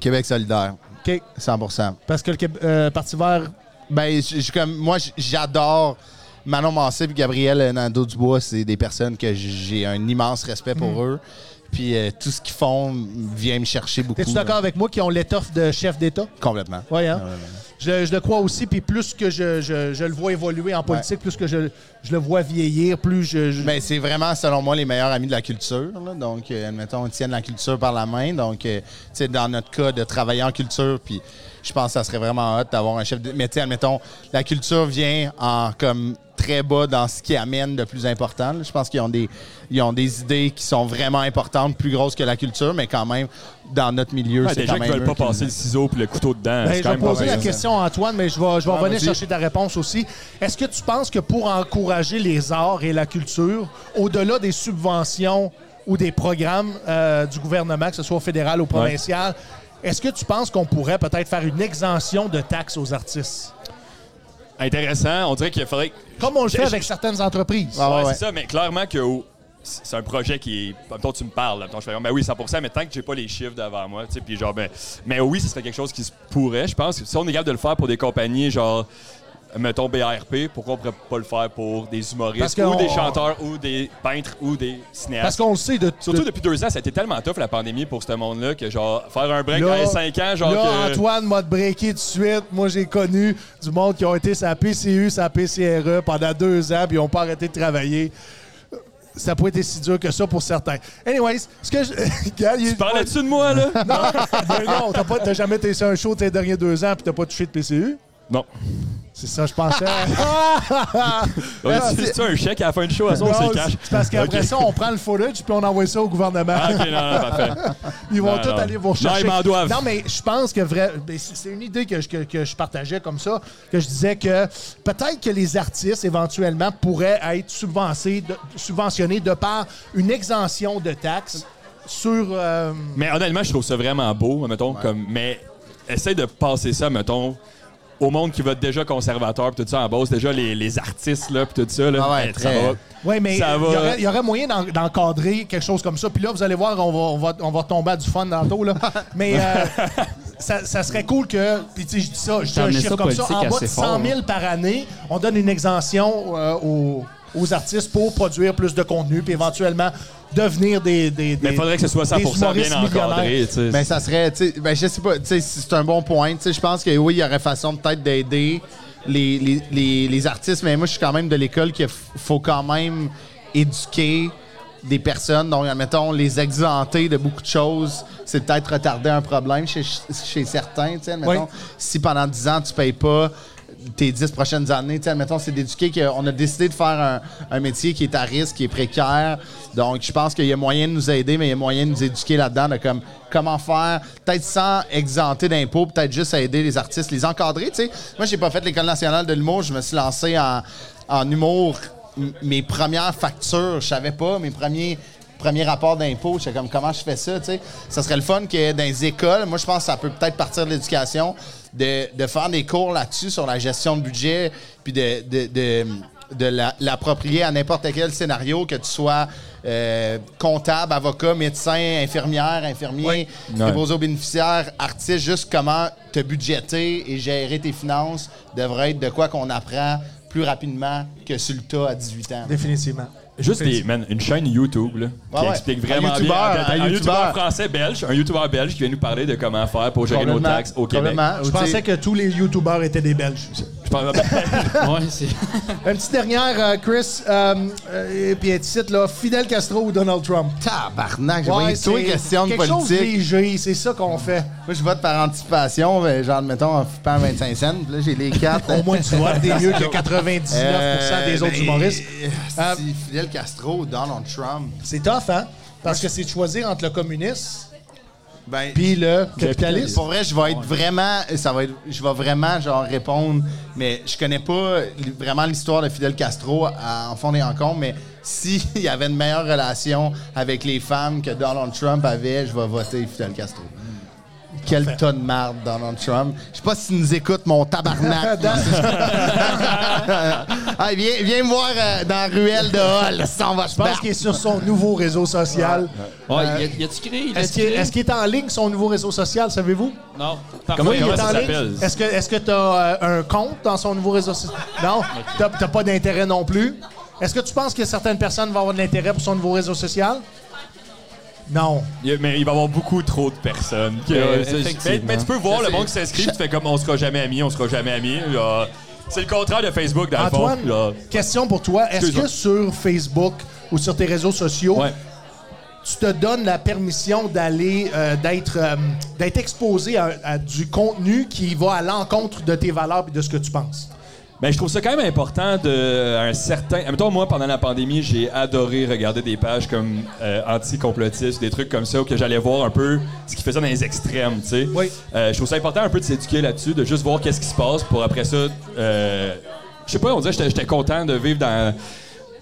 Québec solidaire, OK. 100 Parce que le Québ- euh, Parti vert, Ben, je- je- comme, moi, j- j'adore Manon Massé et Gabriel Nando Dubois. C'est des personnes que j- j'ai un immense respect pour eux. Puis euh, tout ce qu'ils font vient me chercher beaucoup. es-tu d'accord là. avec moi qui ont l'étoffe de chef d'État? Complètement. Oui, hein? je, je le crois aussi, puis plus que je, je- je le vois évoluer en politique, plus que je, je le vois vieillir, plus je. je- Ben, c'est vraiment, selon moi, les meilleurs amis de la culture. là. Donc, euh, admettons, ils tiennent la culture par la main. Donc, euh, tu sais, dans notre cas, de travailler en culture, puis je pense que ça serait vraiment hot d'avoir un chef de... Mais tu sais, admettons, la culture vient en comme très bas dans ce qui amène le plus important. là. Je pense qu'ils ont des, ils ont des idées qui sont vraiment importantes, plus grosses que la culture, mais quand même, dans notre milieu, Ouais, c'est des quand gens même... qui veulent eux pas qui- passer le ciseau puis le couteau dedans. Ben, c'est je quand vais même pas poser la mal. hein. question à Antoine, mais je vais, je vais revenir vas-y. chercher ta réponse aussi. Est-ce que tu penses que pour encourager les arts et la culture, au-delà des subventions ou des programmes euh, du gouvernement, que ce soit fédéral ou provincial, est-ce que tu penses qu'on pourrait peut-être faire une exemption de taxes aux artistes? Intéressant. On dirait qu'il faudrait. que- Comme on le Je- fait je- avec certaines entreprises. Ah, Ouais, ouais. c'est ça, mais clairement que oh, c'est c'est un projet qui est. Mettons, tu me parles. Mettons, je fais, ben oui, 100 mais tant que j'ai pas les chiffres devant moi, tu sais, puis genre, ben, mais oui, ce serait quelque chose qui se pourrait, je pense. Si on est capable de le faire pour des compagnies, genre, mettons, BRP, pourquoi on pourrait pas le faire pour des Parce humoristes, que ou on- des chanteurs, ou des peintres, ou des cinéastes? Parce qu'on le sait de, Surtout de- depuis deux ans, ça a été tellement tough la pandémie pour ce monde-là que genre faire un break Là- dans les cinq ans, genre Là, que- Antoine m'a breaké tout de suite. Moi, j'ai connu du monde qui ont été sa PCU, sa PCRE E pendant deux ans, puis ils n'ont pas arrêté de travailler. Ça pourrait être si dur que ça pour certains. Anyways, ce que je. Gars, il- Tu parlais-tu de moi là? Mais non, t'as pas- t'as jamais été sur un show tes derniers deux ans, puis t'as pas touché de PCU? non. C'est ça, je pensais. c'est tu un chèque à la fin du show à ça, on Non, se le c'est- cache. c'est parce qu'après Ok. ça, on prend le footage, puis on envoie ça au gouvernement. Ah, ok, non, non, parfait. Ils vont Non, tous non. aller vous rechercher. Non, ils m'en doivent. Non, mais je pense que vrai, ben, c'est c'est une idée que je, que, que je partageais comme ça, que je disais que peut-être que les artistes éventuellement pourraient être subventionnés de, subventionnés de par une exemption de taxes sur. euh, Mais honnêtement, je trouve ça vraiment beau, mettons, comme. Mais essaye de passer ça, mettons, au monde qui vote déjà conservateur, puis tout ça en bosse, déjà les, les artistes, là, puis tout ça, là, Ah ouais, ben, ça très. va. Oui, mais il y Ça va. aurait, il y aurait moyen d'en- d'encadrer quelque chose comme ça. Puis là, vous allez voir, on va, on va, on va tomber à du fun dans le dos, là. mais euh, ça, ça serait cool que, puis tu sais, je dis ça, je dis T'as un amené chiffre ça comme ça, en politique bas de assez fort, 100 000 hein. par année, on donne une exemption euh, aux, aux artistes pour produire plus de contenu, puis éventuellement devenir des. des, Mais des- il faudrait que ce soit des 100% bien humoristes millionnaires. encadré, tu sais. Ben, ça serait, tu sais, ben, je sais pas, tu sais, c'est un bon point. Tu sais, je pense que oui, il y aurait façon peut-être d'aider les, les, les, les artistes, mais moi, je suis quand même de l'école qu'il f- faut quand même éduquer des personnes. Donc, admettons, les exempter de beaucoup de choses, c'est peut-être retarder un problème chez, chez certains, tu sais, admettons. Oui. Si pendant 10 ans, tu payes pas tes 10 prochaines années, tu sais, admettons, c'est d'éduquer qu'on a décidé de faire un, un métier qui est à risque, qui est précaire. Donc, je pense qu'il y a moyen de nous aider, mais il y a moyen de nous éduquer là-dedans, de comme comment faire, peut-être sans exempter d'impôts, peut-être juste aider les artistes, les encadrer, tu sais. Moi, j'ai pas fait l'École nationale de l'humour, je me suis lancé en, en humour. M- mes premières factures, je savais pas, mes premiers premier rapport d'impôt, j'étais comme comment je fais ça, tu sais. Ça serait le fun que dans les écoles, moi je pense que ça peut peut-être partir de l'éducation, de, de faire des cours là-dessus sur la gestion de budget, puis de, de, de, de la- l'approprier à n'importe quel scénario, que tu sois euh, comptable, avocat, médecin, infirmière, infirmier, Ouais. préposé aux bénéficiaires, artiste, juste comment te budgéter et gérer tes finances devrait être de quoi qu'on apprend plus rapidement que sur le tas à 18 ans. Définitivement. Juste des, man, une chaîne YouTube là, Ouais, qui ouais. explique Un vraiment bien. YouTuber, un YouTuber YouTuber. français belge, un YouTuber belge qui vient nous parler de comment faire pour gérer nos Complètement. taxes au Québec. Complètement. Je pensais que tous les YouTubers étaient des Belges. Je pense- Ouais, c'est. Une petite dernière, euh, Chris, euh, euh, et puis elle cite, là, Fidel Castro ou Donald Trump. Tabarnak, j'ai Ouais, voyé c'est toutes les questions de quelque chose de politique. léger, c'est ça qu'on fait. Moi, je vote par anticipation, mais genre, mettons, en flippant 25 cents. Puis là, j'ai les cartes. Au moins, tu vois, t'es mieux que 99 des autres humoristes. Euh, Euh, ben, Si Fidel Castro, Donald Trump. C'est tough, hein? Parce que c'est de choisir entre le communiste Ben, puis le capitaliste. Pour vrai, je vais être vraiment, ça va être, je vais vraiment genre répondre, mais je connais pas li- vraiment l'histoire de Fidel Castro à- en fond et en compte, mais s'il y avait une meilleure relation avec les femmes que Donald Trump avait, je vais voter Fidel Castro. Quel tas de marde, Donald Trump. Je sais pas si tu nous écoutes, mon tabarnak. Ah, viens, viens me voir euh, dans la ruelle de Hall, ça, on va se Je pense battre. qu'il est sur son nouveau réseau social. Ouais, y a- y a-tu créé? il Euh, Est-ce a-tu qu'il est, créé? est-ce qu'il est en ligne, son nouveau réseau social, savez-vous? Non. Comment Parfait. il est ça en ligne? s'appelle? Est-ce que est-ce que t'as euh, un compte dans son nouveau réseau social? Non, t'as t'as pas d'intérêt non plus. Est-ce que tu penses que certaines personnes vont avoir de l'intérêt pour son nouveau réseau social? Non. Il y a- mais il va y avoir beaucoup trop de personnes. qui- Euh, c'est- mais, effectivement. mais tu peux voir le monde qui s'inscrit, tu fais comme on sera jamais amis, on sera jamais amis. là. C'est le contraire de Facebook dans Antoine, le fond. là. question pour toi. Est-ce que Excuse-moi. sur Facebook ou sur tes réseaux sociaux, Ouais. tu te donnes la permission d'aller euh, d'être euh, d'être exposé à, à du contenu qui va à l'encontre de tes valeurs et de ce que tu penses? Ben, je trouve ça quand même important de un certain. Mettons, moi, pendant la pandémie, j'ai adoré regarder des pages comme euh, anti-complotistes, des trucs comme ça, où que j'allais voir un peu ce qu'ils faisaient dans les extrêmes, tu sais. Oui. Euh, je trouve ça important un peu de s'éduquer là-dessus, de juste voir qu'est-ce qui se passe pour après ça. euh, je sais pas, on dirait que j'étais- j'étais content de vivre dans.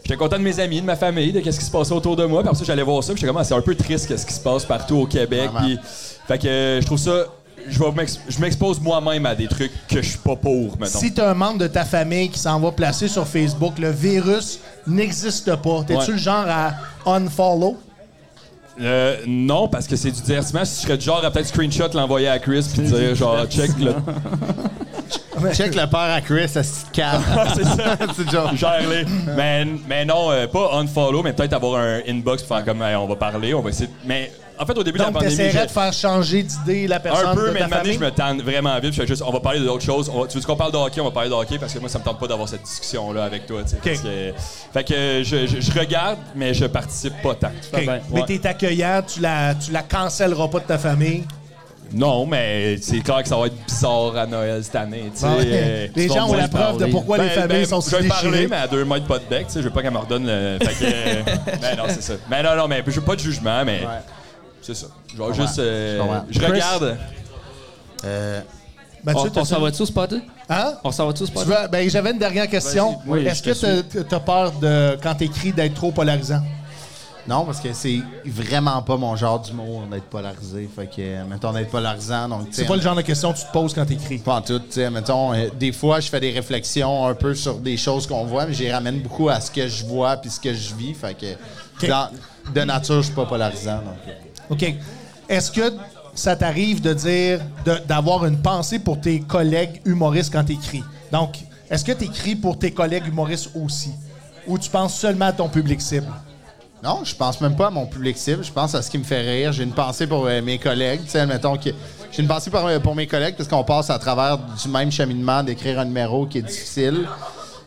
J'étais content de mes amis, de ma famille, de qu'est-ce qui se passait autour de moi. Puis après ça, j'allais voir ça, puis j'étais comme, Ah, c'est un peu triste qu'est-ce qui se passe partout au Québec. Vraiment. Puis, fait que euh, je trouve ça. Je vais m'ex- je m'expose moi-même à des trucs que je suis pas pour, mettons. Si tu un membre de ta famille qui s'en va placer sur Facebook, le virus n'existe pas. T'es-tu Ouais. le genre à unfollow? Euh, non, parce que c'est du divertissement. Si je serais du genre à peut-être screenshot l'envoyer à Chris puis dire genre check le Check le père à Chris, ça se calme. c'est ça. C'est genre. Gère-les. mais, mais non, euh, pas unfollow, mais peut-être avoir un inbox pour faire comme hey, on va parler, on va essayer. de- Mais en fait, au début de Donc, la pandémie, t'essaierais de j'ai- faire changer d'idée la personne un peu, de mais ta de manière, famille? je me tente vraiment vite. puis Je fais juste, on va parler d'autres choses. On va- tu veux qu'on parle de hockey, on va parler de hockey parce que moi, ça me tente pas d'avoir cette discussion-là avec toi. tu sais, parce que- fait que je, je- je regarde, mais je participe pas tant. Ok. Ouais. Mais t'es accueillant, tu la, tu la cancelleras pas de ta famille. Non, mais c'est clair que ça va être bizarre à Noël cette année. tu sais, Ouais. euh, Les tu vas gens ont la moins Ben, preuve de pourquoi les familles sont si Je vais déchirées. parler, mais à deux mètres pas de bec, tu sais, je veux pas qu'elle me redonne le. Fait que, euh, ben non, c'est ça. Mais non, non, mais je veux pas de jugement, mais c'est ça. Je vais juste. euh, Je comprends. je Chris? regarde. Euh, Mathieu, On, t'as- on s'en va-tu au spotter? Hein? On s'en va-tu au Tu spotter? veux- ben, j'avais une dernière question. Vas-y. Oui, Est-ce je te que t'as- t'as peur de quand t'écris d'être trop polarisant? Non, parce que c'est vraiment pas mon genre d'humour d'être polarisé. Fait que, euh, mettons, d'être polarisant. Donc, tu sais, C'est pas le genre de question que tu te poses quand t'écris. Pas en tout, tu sais, mettons, euh, des fois, je fais des réflexions un peu sur des choses qu'on voit, mais j'y ramène beaucoup à ce que je vois puis ce que je vis. Fait que, dans- de nature, je suis pas polarisant. Donc, euh, OK. Est-ce que ça t'arrive de dire, de- d'avoir une pensée pour tes collègues humoristes quand t'écris? Donc, est-ce que t'écris pour tes collègues humoristes aussi? Ou tu penses seulement à ton public cible? non, je pense même pas à mon public cible. Je pense à ce qui me fait rire. J'ai une pensée pour euh, mes collègues. Tu sais, mettons que j'ai une pensée pour, euh, pour mes collègues parce qu'on passe à travers du même cheminement d'écrire un numéro qui est difficile.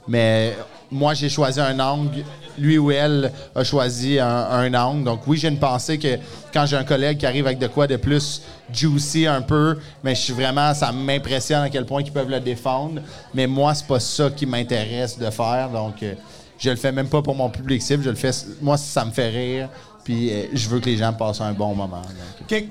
Mais moi, j'ai choisi un angle. Lui ou elle a choisi un, un angle. Donc, oui, j'ai une pensée que quand j'ai un collègue qui arrive avec de quoi de plus juicy un peu, mais je suis vraiment, ça m'impressionne à quel point ils peuvent le défendre. Mais moi, c'est pas ça qui m'intéresse de faire. Donc, euh, je le fais même pas pour mon public cible. Je le fais, moi, ça me fait rire. Puis, euh, je veux que les gens passent un bon moment. donc. OK.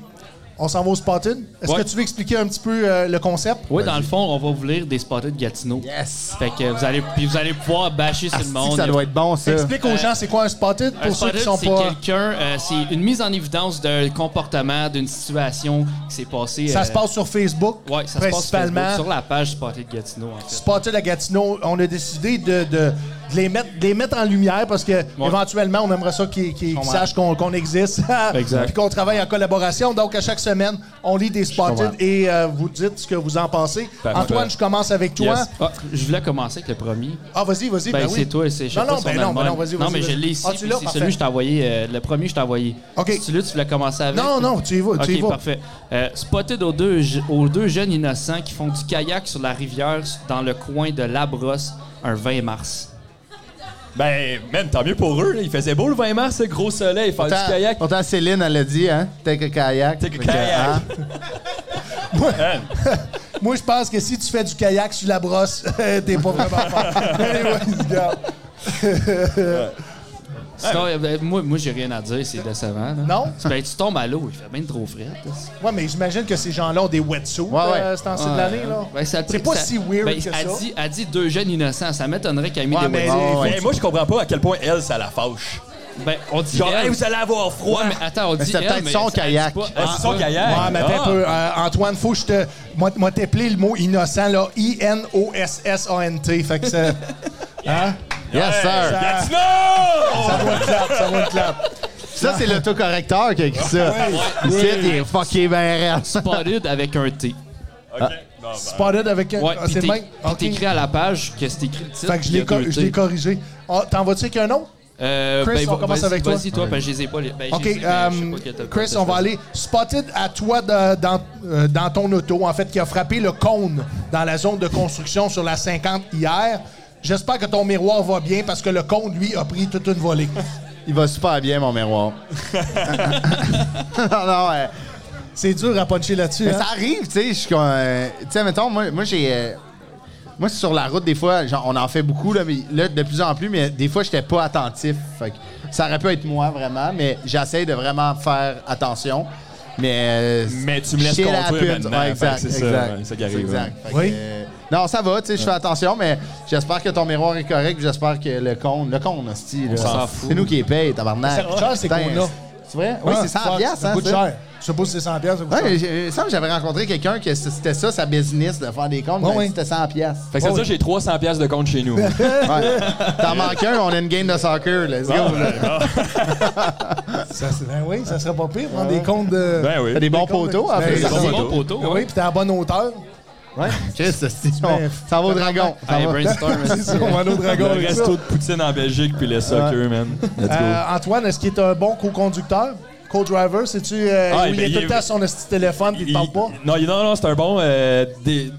On s'en va au Spotted. Est-ce Ouais. que tu veux expliquer un petit peu euh, le concept? Oui, dans le fond, on va vous lire des spotted de Gatineau. Yes! Fait que vous allez, puis vous allez pouvoir bâcher sur le monde. ça doit être bon, ça. Explique aux gens c'est quoi un Spotted Euh, Un pour ceux qui sont spotted, c'est pas. quelqu'un, euh, c'est une mise en évidence d'un comportement, d'une situation qui s'est passée. Ça euh, se passe sur Facebook, ouais, ça se passe sur, principalement. Facebook, sur la page Spotted Gatineau, en fait. Spotted à Gatineau, on a décidé de, de- de les, mettre, de les mettre en lumière parce que éventuellement, on aimerait ça qu'ils qu'ils sachent qu'on qu'on existe Exact. et qu'on travaille en collaboration. Donc, à chaque semaine, on lit des Spotted comprends. et euh, vous dites ce que vous en pensez. Parfait. Antoine, je commence avec toi. Yes. Ah, je voulais commencer avec le premier. Ah, vas-y, vas-y. Ben, ben oui. c'est toi, c'est je sais Non, pas non, son ben non, album. ben non, vas-y, Non, vas-y, mais je vas-y. l'ai ici. Ah, tu puis l'as? c'est Parfait. celui que je t'ai envoyé. euh, le premier, que je t'ai envoyé. OK. Celui-là, tu voulais commencer avec. Non, non, tu y vas, tu y Ok, vas. parfait. Euh, spotted aux deux, je- aux deux jeunes innocents qui font du kayak sur la rivière dans le coin de Labrosse un 20 mars. Ben, même, tant mieux pour eux. là. Il faisait beau le 20 mars, ce gros soleil, faire du Pourtant- kayak. Pourtant, Céline, elle a dit, hein? Take a kayak. Take a Fait que, kayak. hein? Moi, je pense que si tu fais du kayak sur la brosse, t'es pas vraiment fort. Anyways, regarde. Sinon, euh, moi, moi j'ai rien à dire, c'est décevant. là. Non? Ben, tu tombes à l'eau, il fait bien trop frais. là. Ouais, mais j'imagine que ces gens-là ont des wetsuits Ouais, ouais. euh, ce temps-ci de Ouais. l'année, là. Ben, ça- c'est pas ça- si weird ben, que ça. elle Dit, elle dit deux jeunes innocents, ça m'étonnerait qu'elle ait mis Ouais, des mais- wetsuits. Ah ouais. Mais moi, je comprends pas à quel point elle, ça la fâche. Ben, on dit Genre, elle. hey, vous allez avoir froid. Ouais, mais attends, Ben, on dit c'était elle, peut-être mais son ça dit kayak. pas- Ah, c'est son kayak. Ouais, mais attends Ah. un peu. Euh, Antoine, faut que je te. Moi, moi t'appeler le mot innocent, là. I-N-O-S-S-A-N-T. Fait que ça. Hein? Yes, sir! Gatineau! Ça va te clap, ça va te clap. Ça, c'est l'autocorrecteur qui a écrit ça. Ici, il est fucké ben raide. Spotted avec un T. Ok, non, ben, Spotted avec un. Ouais, Ah, puis c'est t'é- le même. puis Ok. t'écris à la page que c'est écrit le titre. Fait que je il y a l'ai co- deux je T. l'ai corrigé. Ah, T'en vas-tu avec un autre? Euh, Chris, ben, on va- commence vas-y- avec toi. Vas-y, toi, parce que je les ai pas. les- ben, je OK, les ai, mais je sais euh, pas que t'as- Chris, t'as- on va aller. Spotted à toi de- dans, euh, dans ton auto, en fait, qui a frappé le cône dans la zone de construction sur la 50 hier. J'espère que ton miroir va bien parce que le cône, lui, a pris toute une volée. Il va super bien, mon miroir. non, non, euh, C'est dur à puncher là-dessus. mais hein? ça arrive, tu sais. je suis comme, euh, Tu sais, mettons, moi, moi j'ai. euh, moi, sur la route, des fois, genre, on en fait beaucoup, là, mais là, de plus en plus, mais des fois, j'étais pas attentif. Fait que ça aurait pu être moi, vraiment, mais j'essaie de vraiment faire attention. Mais. euh, Mais tu me laisses chier la conduire pute. maintenant, Ouais, exact, fait que c'est ça, exact. ouais, c'est ça qui arrive, exact. Fait que, Oui. euh, non, ça va, tu sais, je fais attention, mais j'espère que ton miroir est correct, puis j'espère que le con, le con, hostie, là, s'en fout. C'est nous qui les paye, tabarnak. Ça coûte cher, ces Putain, cons-là. Ah, ben, C'est vrai? Oui, c'est 100 piastres, Ah, Ça hein, coûte ça. cher. Je sais pas si c'est 100 piastres, ça coûte Ouais, cher. mais j'ai- il me semble que j'avais rencontré quelqu'un que c- c'était ça sa business de faire des comptes, Ouais, ben, ouais. c'était 100 piastres. Fait que c'est Ouais. ça, j'ai 300 pièces de compte chez nous. Ouais. T'en manques un, on a une game de soccer, let's go. là. Ah. Ça, c'est- ben oui, ça serait pas pire. prendre des comptes de... ben oui. T'as des bons Des comptes, poteaux, en ben, fait. des ça, bons c'est- Bon poteau. Ben oui, puis t'es en bonne hauteur. Ouais. Chris, hostie, mets- on- Ça va au dragon. ça Allez, va. brainstorm. C'est ça, on va aller au dragon Le avec ça. resto de poutine en Belgique puis le soccer, man. Let's go. Euh, Antoine, est-ce qu'il est un bon co-conducteur? Co-driver, sais-tu? euh, Ah, où il ben, est il tout le est- temps sur son petit téléphone puis il te parle pas? Non, il- non, non, c'est un bon. euh, des-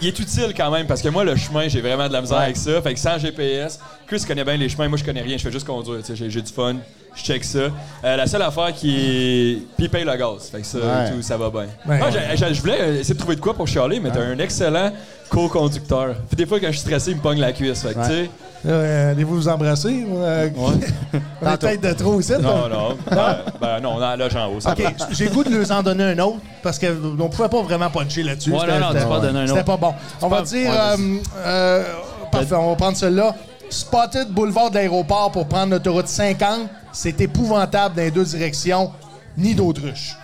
il est utile quand même parce que moi, le chemin, j'ai vraiment de la misère avec ça. Fait que sans GPS, Chris connaît bien les chemins, moi je connais rien, je fais juste conduire. tu sais, J'ai j'ai du fun, je check ça. Euh, la seule affaire qui est. Puis il paye le gaz. Fait que ça, Ouais. tout, ça va bien. Ouais, Moi, ouais. j'ai- j'ai- je voulais euh, essayer de trouver de quoi pour chialer, mais t'as un excellent co-conducteur. Puis des fois, quand je suis stressé, il me pogne la cuisse. Fait que tu sais. Euh, Allez-vous vous embrasser? Euh, on est peut-être de trop aussi. là. Non, non. ben, ben non, là, j'en haut. ça OK, va. j'ai le goût de leur en donner un autre parce qu'on pouvait pas vraiment puncher là-dessus. Ouais, C'était- non, non, tu c'était- peux en donner un autre. C'était pas bon. On va pas- dire... ouais, euh, vas-y. Ben- euh, parfait, on va prendre celui-là. Spotted boulevard de l'aéroport pour prendre l'autoroute 50 C'est épouvantable dans les deux directions, ni d'autruche.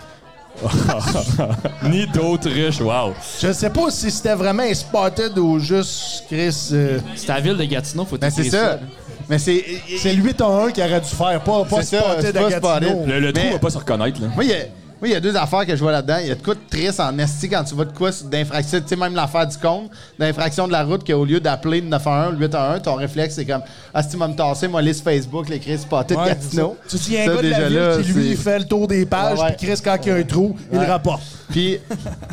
Ni d'autres riches, wow. Je sais pas si c'était vraiment un spotted ou juste Chris. euh, C'est la ville de Gatineau, faut Ben, écrire c'est ça. Mais c'est. c'est 8 à 1 qu'il aurait dû faire, pas, pas C'est ça, c'est spotted pas à Gatineau. spotted. Le, le trou Mais- va pas se reconnaître, là. Moi, il y a. moi, il y a deux affaires que je vois là-dedans. Il y a de quoi de triste en esti quand tu vas de quoi sur- d'infraction. Tu sais, même l'affaire du compte, d'infraction de la route, qu'au lieu d'appeler le 911, le 811, ton réflexe, c'est comme Ah, si tu vas me tasser, moi, liste Facebook, les crises potées de Ouais, Gatineau. Tu tiens un Ça, gars de la déjà ville là, qui, lui, c'est- fait le tour des pages, Ouais, ouais. puis Chris, quand il y a un trou, il Ouais. le rapporte. Puis,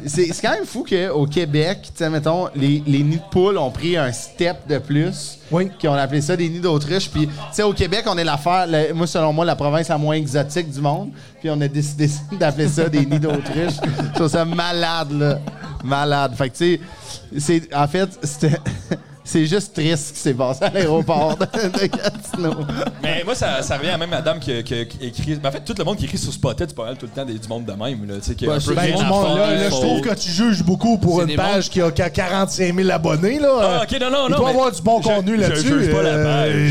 c'est c'est quand même fou qu'au Québec, tu sais, mettons, les, les nids de poules ont pris un step de plus. Oui. Qui ont appelé ça des nids d'autruche. Puis, tu sais, au Québec, on est l'affaire, la- moi, selon moi, la province la moins exotique du monde. Puis, on a décidé d'appeler ça des nids d'autruche. Je trouve ça malade, là. Malade. Fait que, tu sais, c'est- en fait, c'était- C'est juste triste ce qui s'est passé à l'aéroport de, de Gatineau. Mais moi, ça, ça revient à même madame qui, qui- qui écrit. Mais en fait, tout le monde qui écrit sur Spotted, c'est pas mal tout le temps des- du monde de même. Là, tu sais, qui est Bah, Ouais, un c'est peu bien rien du à monde, faire, Ben, là, là, je faut- trouve que tu juges beaucoup pour C'est une des page qui a qu'à 45 000 abonnés. Là. Ah, ok, non, non, Il non, doit mais avoir du bon je- contenu je là-dessus. juge pas la euh, page.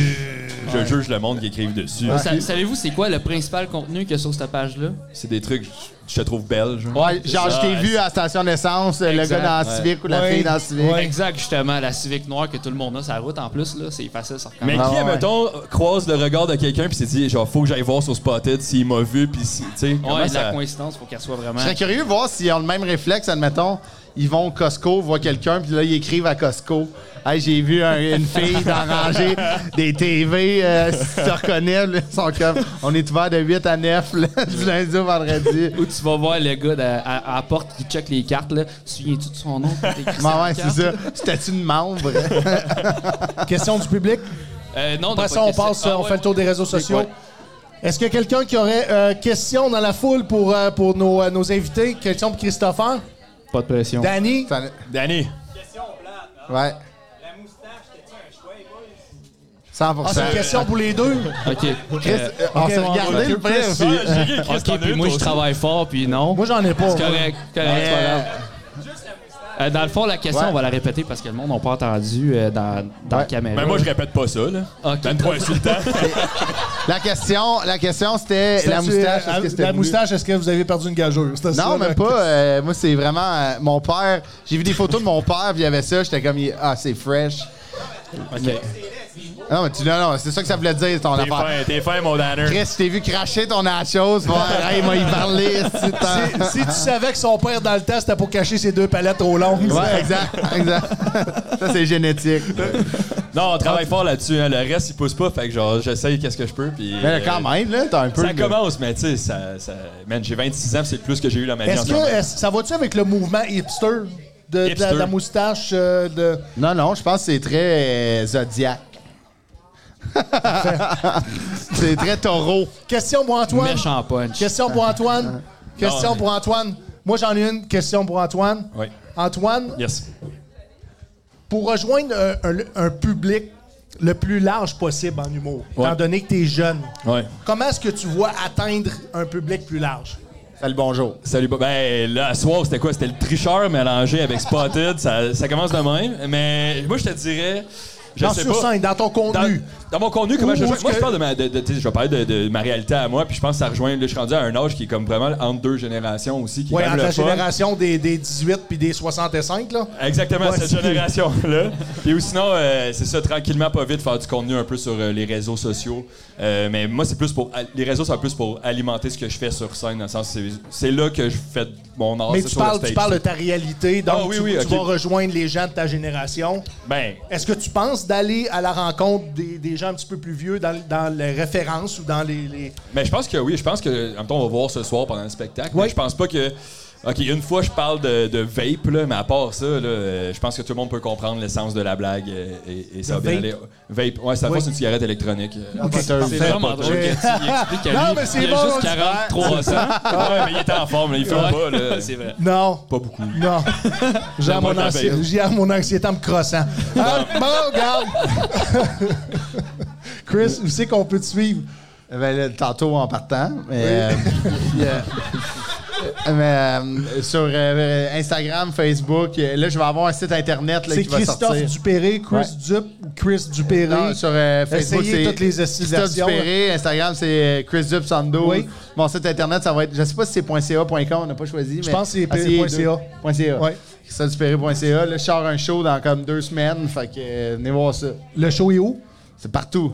Je juge le monde qui écrit dessus. Sa- Savez-vous c'est quoi le principal contenu qu'il y a sur cette page-là? C'est des trucs, je te trouve belle. Genre. Ouais, genre, je t'ai Ouais. vu à la station d'essence, le Exact, gars dans le ouais. civique ou la Ouais. fille dans le civique. Ouais. Exact, justement, la Civic noire que tout le monde a sur la route en plus, là, c'est facile, ça Mais reconnaît. Ah, qui, ouais. mettons, croise le regard de quelqu'un puis s'est dit, genre, faut que j'aille voir sur Spotted s'il m'a vu puis si, tu sais, comment Ouais, de la ça... coïncidence, faut qu'elle soit vraiment. Je serais curieux de voir s'ils ont le même réflexe, admettons. Ils vont au Costco, voient quelqu'un, puis là, ils écrivent à Costco. Hey, j'ai vu un- une fille dans la rangée des TV, euh, si tu te reconnais, là, ils sont comme, on est ouvert de 8 à 9, là, du lundi au vendredi. Ben. Ou tu vas voir le gars de- à, à la porte qui check les cartes, là. Souviens-tu de son nom? T'as écrit sur Ouais, la ouais, carte? c'est ça. C'était une membre. Question du public. Euh, non, Après t'as ça, pas on de question. passe, Ah, on ouais. fait le tour des réseaux sociaux. Ouais. Est-ce qu'il y a quelqu'un qui aurait euh, question dans la foule pour, euh, pour nos, euh, nos invités? Question pour Christopher? Pas de pression. Danny? Ça- Danny, euh, ouais, La moustache, t'as-tu un choix, les boys? 100%. Ah, c'est une question pour les deux? OK. Chris, Euh, euh, on ok, s'est bon, regardé ok, le Chris, presse. Ah, j'ai écrit Christ en OK, puis une, moi, je toi travaille fort, puis non. Moi, j'en ai pas. C'est correct, correct, c'est pas grave. Euh, dans le fond, la question, Ouais. on va la répéter parce que le monde n'a pas entendu euh, dans, dans la caméra. aussi. Ben moi, je répète pas ça, là. Ok. Donne trop insultant. La question, la question c'était la Statue- moustache. euh, est-ce que c'était la voulu? moustache, est-ce que vous avez perdu une gageure? C'était ça, Non, même là. pas. euh, moi, c'est vraiment euh, mon père. J'ai vu des photos de mon père, puis il y avait ça. J'étais comme, il- ah, c'est fresh. Mais- Ah, Non, mais tu, non, non, c'est ça que ça voulait dire, ton T'es affaire. fin, t'es fin, mon Danner. Chris, je t'ai vu cracher ton nachos. voir, hey, il m'a y parlé. c'est tant. Si tu savais que son père, dans le temps, c'était pour cacher ses deux palettes trop longues. Ouais, exact, exact. Ça, c'est génétique. Non, on travaille fort là-dessus. hein. Le reste, il pousse pas. Fait que genre, j'essaye qu'est-ce que je peux. Puis, Mais là, euh, quand même, là, t'as un peu. Ça de- commence, mais tu sais, ça, ça... Man, j'ai 26 ans, c'est le plus que j'ai eu dans ma vie en Est-ce ce moment. que est-ce- ça va-tu avec le mouvement hipster de, de la- Hipster. la moustache euh, de. Non, non, je pense que c'est très euh, zodiac. c'est très taureau. Question pour Antoine. Méchant punch. Question pour Antoine. Question mais- pour Antoine. Moi, j'en ai une question pour Antoine. Oui. Antoine, Yes. pour rejoindre un, un- un public le plus large possible en humour, Ouais. étant donné que tu es jeune, Ouais. comment est-ce que tu vois atteindre un public plus large? Salut, bonjour. Salut, Bob. Ben, là, à soir, c'était quoi? C'était le tricheur mélangé avec Spotted. ça, ça commence de même. Mais moi, je te dirais. Je Dans sais sur pas. scène, dans ton contenu. Dans, dans mon contenu, comment Ou- je ou Moi, ce je que- parle de ma, de- de- tu sais, je vais parler de, de ma réalité à moi, puis je pense que ça rejoint. là, je suis rendu à un âge qui est comme vraiment entre deux générations aussi. Qui est Oui, quand en même ta le fun. Ah, génération des, des 18 puis des 65, là. Exactement, Ouais, cette c'est- génération-là. Et ou sinon, euh, c'est ça, tranquillement, pas vite, faire du contenu un peu sur euh, les réseaux sociaux. Euh, mais moi, c'est plus pour. Les réseaux, c'est plus pour alimenter ce que je fais sur scène, dans le sens, c'est- c'est là que je fais mon art. Mais c'est tu sur le parles, tu stage. parles de ta réalité, donc Ah oui, tu, oui, tu ok. vas rejoindre les gens de ta génération. Ben, Est-ce que tu penses d'aller à la rencontre des, des gens un petit peu plus vieux dans, dans les références ou dans les... les- Mais je pense que oui, je pense que, en même temps, on va voir ce soir pendant le spectacle. Oui. Mais je pense pas que. Ok, une fois je parle de, de vape, là, mais à part ça, là, euh, je pense que tout le monde peut comprendre l'essence de la blague euh, et, et ça va bien vape? aller. Vape, ouais, ça Oui. c'est une cigarette électronique. Euh, C'est vraiment drôle que tu y expliques à Non, Ah, lui mais c'est qu'il y a bon, on juste dit- 40, 300. ouais, mais il était en forme, là, il fait pas, là. C'est vrai. Non, Pas beaucoup. non. J'ai Non, mon, moi, je anxi- l'appelle. j'ai mon anxiété en me crossant. Ah, bon, regarde! Chris, où c'est qu'on peut te suivre? Ben, là, tantôt en partant. Mais, euh, puis, euh, mais, euh, sur euh, Instagram, Facebook, euh, là, je vais avoir un site internet là, C'est qui va Christophe sortir. Dupéré, Chris Ouais. Dup ou Chris Dupéré. Non, sur euh, Facebook, Essayez c'est toutes les Christophe estimations, Dupéré. Instagram, c'est euh, Chris Dup Sando. Oui. Mon site internet, ça va être. Je sais pas si c'est .ca, .com, on n'a pas choisi. Je pense que c'est .ca. .ca. Ouais. ChristopheDupéré.ca. Là, je sors un show dans comme deux semaines. Fait que euh, venez voir ça. Le show est où? C'est partout.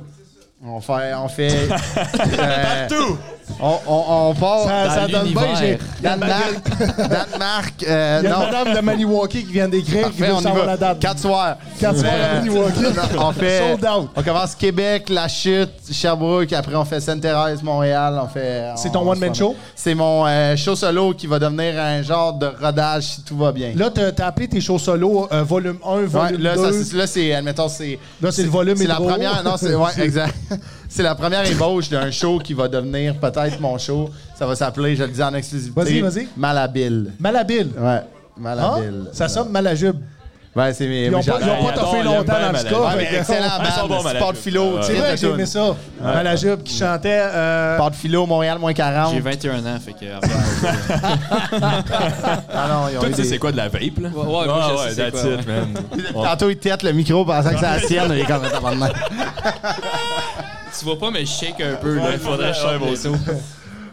On fait. On fait euh, Tout! on, on, on part. Ça- Dans ça donne bien. l'univers. j'ai- Danemark. Danemark. euh, Il y a non. une madame de Maniwaki qui vient d'écrire qui Parfait, veut on y savoir va. la date. Quatre soirs. Quatre Mais, soirs à Maniwaki. on fait. Sold out. On commence Québec, La Chute, Sherbrooke. Après, on fait Sainte-Thérèse, Montréal. On fait. C'est on- ton on one-man se show? C'est mon euh, show solo qui va devenir un genre de rodage si tout va bien. Là, t'as t'as appelé tes shows solo euh, volume 1, Ouais, volume là, 2. ça, c'est- là, c'est, admettons, c'est. Là, c'est le volume C'est la hydro. première. Non, c'est. Ouais, exact. C'est la première ébauche d'un show qui va devenir peut-être mon show. Ça va s'appeler, je le dis en exclusivité. Vas-y, vas-y. Malhabile. Malhabile. Ouais. Hein? Malhabile. Ça sonne malajube. Ouais, c'est mes. Ils ont oui, pas, j'ai- ils ont pas j'adore, toffé j'aime longtemps bien dans le Malajube. score. Ouais, mais Fait que- excellent ils sont band, bons, c'est Malajube. Sport de philo, Ouais. Ah, C'est tiens, vrai, la j'ai toune. aimé ça. Malajube qui chantait. euh, Sport de philo, Montréal, moins 40. J'ai 21 ans, fait que. euh, Ah non, ils ont Toi, eu tu sais, des- c'est quoi de la vape, là? Ah ouais, moi, je sais c'est that's quoi, it, man. Ah, Tantôt, ils têtent le micro pensant que c'est la sienne. Il est comme tabarnak. tu vois pas, mais je shake un peu. Ouais, là, il faudrait que je ouais, sorte moi les aussi. os.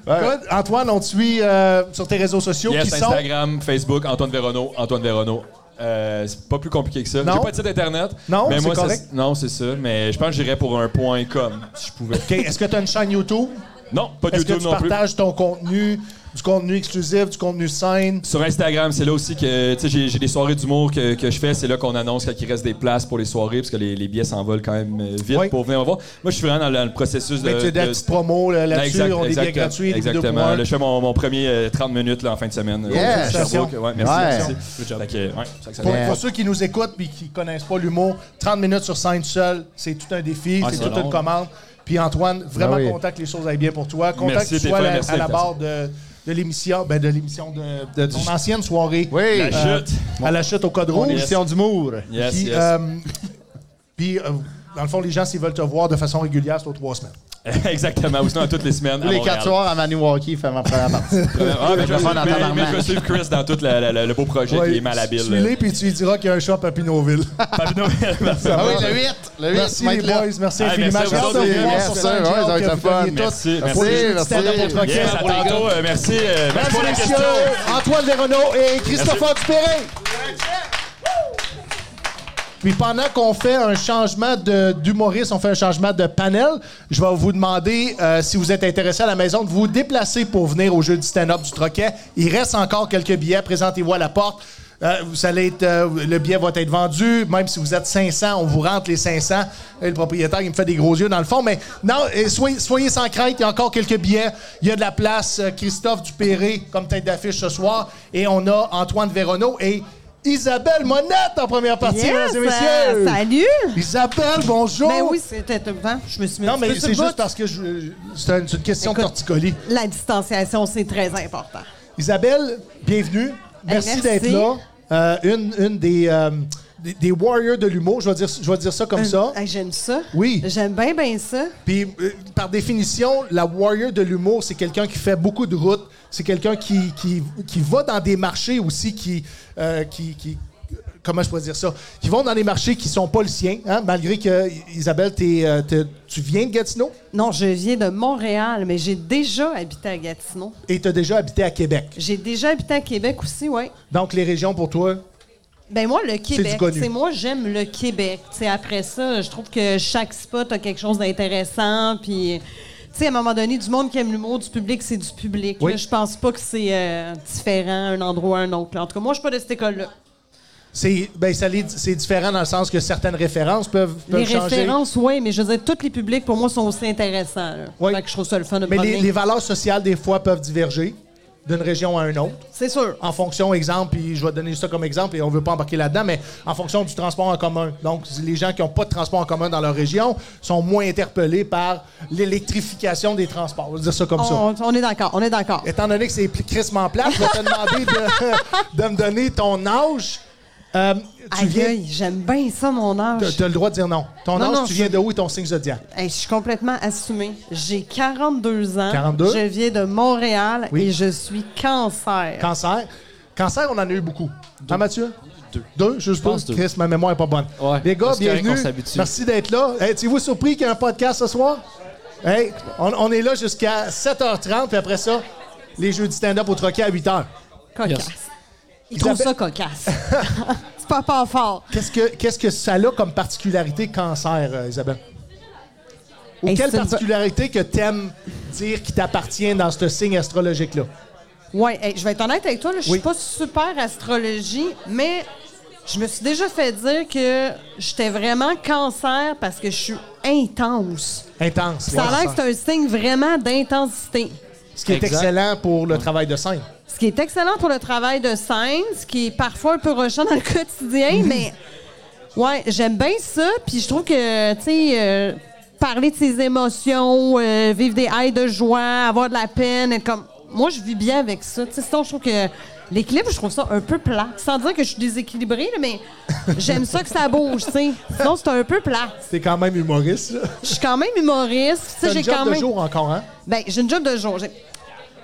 Toi, Antoine, on te suit euh, sur tes réseaux sociaux Yes, qui sont. Instagram, Facebook, Antoine Véronneau, Antoine Véronneau. Euh, c'est pas plus compliqué que ça. Non. J'ai pas de site internet. Non, mais c'est moi, ça- correct. non, c'est ça. Mais je pense que j'irais pour un point com si je pouvais. Ok, Est-ce que tu as une chaîne YouTube? Non, pas Est-ce que YouTube tu non plus. partages ton contenu, du contenu exclusif, du contenu scène? Sur Instagram, c'est là aussi que tu sais, j'ai j'ai des soirées d'humour que, que je fais. C'est là qu'on annonce qu'il reste des places pour les soirées parce que les, les billets s'envolent quand même euh, vite Oui. pour venir me voir. Moi, je suis vraiment dans le, dans le processus de. Mais tu as de la de- petite promo là, Non, là-dessus, exact- on est bien exact- gratuit, des vidéos pour Exactement. moi. Là, je fais mon, mon premier euh, 30 minutes là, en fin de semaine. euh, Yeah. à Sherbrooke. Ouais, merci. Ouais. merci. Fait que, ouais, c'est ça que ça Pour, va. pour ceux qui nous écoutent et qui connaissent pas l'humour, 30 minutes sur scène seul, c'est tout un défi, Ah, c'est c'est toute long, une là. commande. Puis Antoine, vraiment Ah oui. content que les choses aillent bien pour toi. Content Merci, que tu t'es sois à fin, la- merci, à la merci. barre de, de l'émission, ben de l'émission de, de ton ancienne soirée Oui. La Euh, chute. à la chute au Code Mon Rouge. émission d'humour. Yes, Puis, yes. euh, puis, euh, dans le fond, les gens, s'ils veulent te voir de façon régulière, c'est aux trois semaines. Exactement. Ou sinon, à toutes les semaines. à Tous les Montréal. quatre soirs à Maniwaki, il fait ma première partie. Ah, mais je vais Je vais faire- en mais- mais tabarnak. je vais suivre Chris dans tout la- la- la- le beau projet qui est malhabile. Suis-les, puis tu lui diras qu'il y a un shop à Pinauville. Papineau, merci. Ah oui, le 8. Le 8. Merci les Mike Lott. boys, merci Ah, infiniment. merci, J'ai hâte de merci, vous voir merci, sur ouais, SoundCloud, ça va être que le vous fun. veniez tous Merci, pour les merci. jeux de Merci. stand-up au troquet. Yes, à pour les tantôt. euh, Merci. euh, Merci pour la Mesdames et question. messieurs, Antoine Desrenault et Christopher Dupéré. Puis pendant qu'on fait un changement de- d'humoriste, on fait un changement de panel, je vais vous demander, euh, si vous êtes intéressé à la maison, de vous déplacer pour venir au jeu du stand-up du Troquet. Il reste encore quelques billets, présentez-vous à la porte. Euh, vous allez être, euh, le billet va être vendu, même si vous êtes 500, on vous rentre les 500. Et le propriétaire, il me fait des gros yeux dans le fond, mais non, et soyez, soyez sans crainte, il y a encore quelques billets. Il y a de la place. Euh, Christophe Dupéré comme tête d'affiche ce soir, et on a Antoine Véronneau et Isabelle Monette en première partie, Yes, mesdames et messieurs. Oh! euh, salut! Isabelle, bonjour. Ben oui, c'était tout le temps. Je me suis mis un non, petit mais peu c'est sur le juste bout. parce que je- c'est une, c'est une question de Écoute. torticolis. La distanciation, c'est très important. Isabelle, bienvenue. Merci, merci. d'être là. Euh, une, une des, euh, des, des warriors de l'humour, je vais dire, je vais dire ça comme ça. Euh, hey, J'aime ça. Oui. J'aime bien, bien ça. Puis, euh, par définition, la warrior de l'humour, c'est quelqu'un qui fait beaucoup de routes. C'est quelqu'un qui, qui, qui va dans des marchés aussi qui, euh, qui, qui- Comment je pourrais dire ça? Qui vont dans des marchés qui sont pas le sien, hein, malgré que, Isabelle, t'es, euh, t'es- tu viens de Gatineau Non, je viens de Montréal, mais j'ai déjà habité à Gatineau. et tu as déjà habité à Québec. J'ai déjà habité à Québec aussi, oui. Donc, les régions pour toi, Ben moi, le du Québec, connu. c'est moi, j'aime le Québec. Tu sais, après ça, je trouve que chaque spot a quelque chose d'intéressant. Puis, tu sais, à un moment donné, du monde qui aime l'humour, du public, c'est du public. Oui. là. Je pense pas que c'est euh, différent un endroit à un autre. là. En tout cas, moi, je suis pas de cette école-là. c'est, ben, ça l'est- c'est différent dans le sens que certaines références peuvent, peuvent Les changer. références, oui, mais je veux dire, tous les publics, pour moi, sont aussi intéressants. là. Oui. Fait que je trouve ça le fun de me Mais les, promener. les valeurs sociales, des fois, peuvent diverger d'une région à une autre. C'est sûr. en fonction, exemple, puis je vais donner ça comme exemple et on veut pas embarquer là-dedans, mais en fonction du transport en commun. Donc, les gens qui n'ont pas de transport en commun dans leur région sont moins interpellés par l'électrification des transports. On va dire ça comme ça. On, on est d'accord, on est d'accord. Étant donné que c'est pl- crissement plat, je vais te demander de, de me donner ton âge. Euh, tu Aïe, viens. aïe, j'aime bien ça, mon âge. Tu as le droit de dire non. Ton Non, âge, non, tu je- viens de où et ton signe zodiac? Hey, je suis complètement assumée. J'ai 42 ans. 42? Je viens de Montréal Oui. et je suis cancer. Cancer. Cancer, on en a eu beaucoup. Hein, Mathieu? deux. Deux, je pense suppose. deux. Chris, ma mémoire est pas bonne. Ouais, Les gars, c'est correct, on bienvenue. s'habitue. Merci d'être là. Hey, Êtes-vous surpris qu'il y ait un podcast ce soir? Hey, on, on est là jusqu'à 7h30, puis après ça, les jeux du stand-up au troquet à 8h. Cocasse. Yes. Ils trouvent Isabelle- ça cocasse. C'est pas pas fort. Qu'est-ce que, qu'est-ce que ça a comme particularité cancer, euh, Isabelle? Ou Hey, quelle c'est une- particularité que t'aimes dire qui t'appartient dans ce signe astrologique-là? Oui, je vais être honnête avec toi, là, je Oui. suis pas super astrologie, mais je me suis déjà fait dire que j'étais vraiment cancer parce que je suis intense. Intense. Ça ouais, a l'air c'est que ça. c'est un signe vraiment d'intensité. Ce qui est Exact. excellent pour le travail de scène. Ce qui est excellent pour le travail de scène, ce qui est parfois un peu rushant dans le quotidien, mais ouais, j'aime bien ça. Puis je trouve que, tu sais, euh, parler de ses émotions, euh, vivre des hailles de joie, avoir de la peine, être comme. Moi, je vis bien avec ça. Tu sais, sinon, je trouve que l'équilibre, je trouve ça un peu plat. Sans dire que je suis déséquilibrée, là, mais j'aime ça que ça bouge, tu sais. Sinon, c'est un peu plat. T'es quand même humoriste. là. Je suis quand même humoriste. Tu T'as sais, une j'ai job quand de même. jour encore, hein? Ben, j'ai une job de jour. J'ai-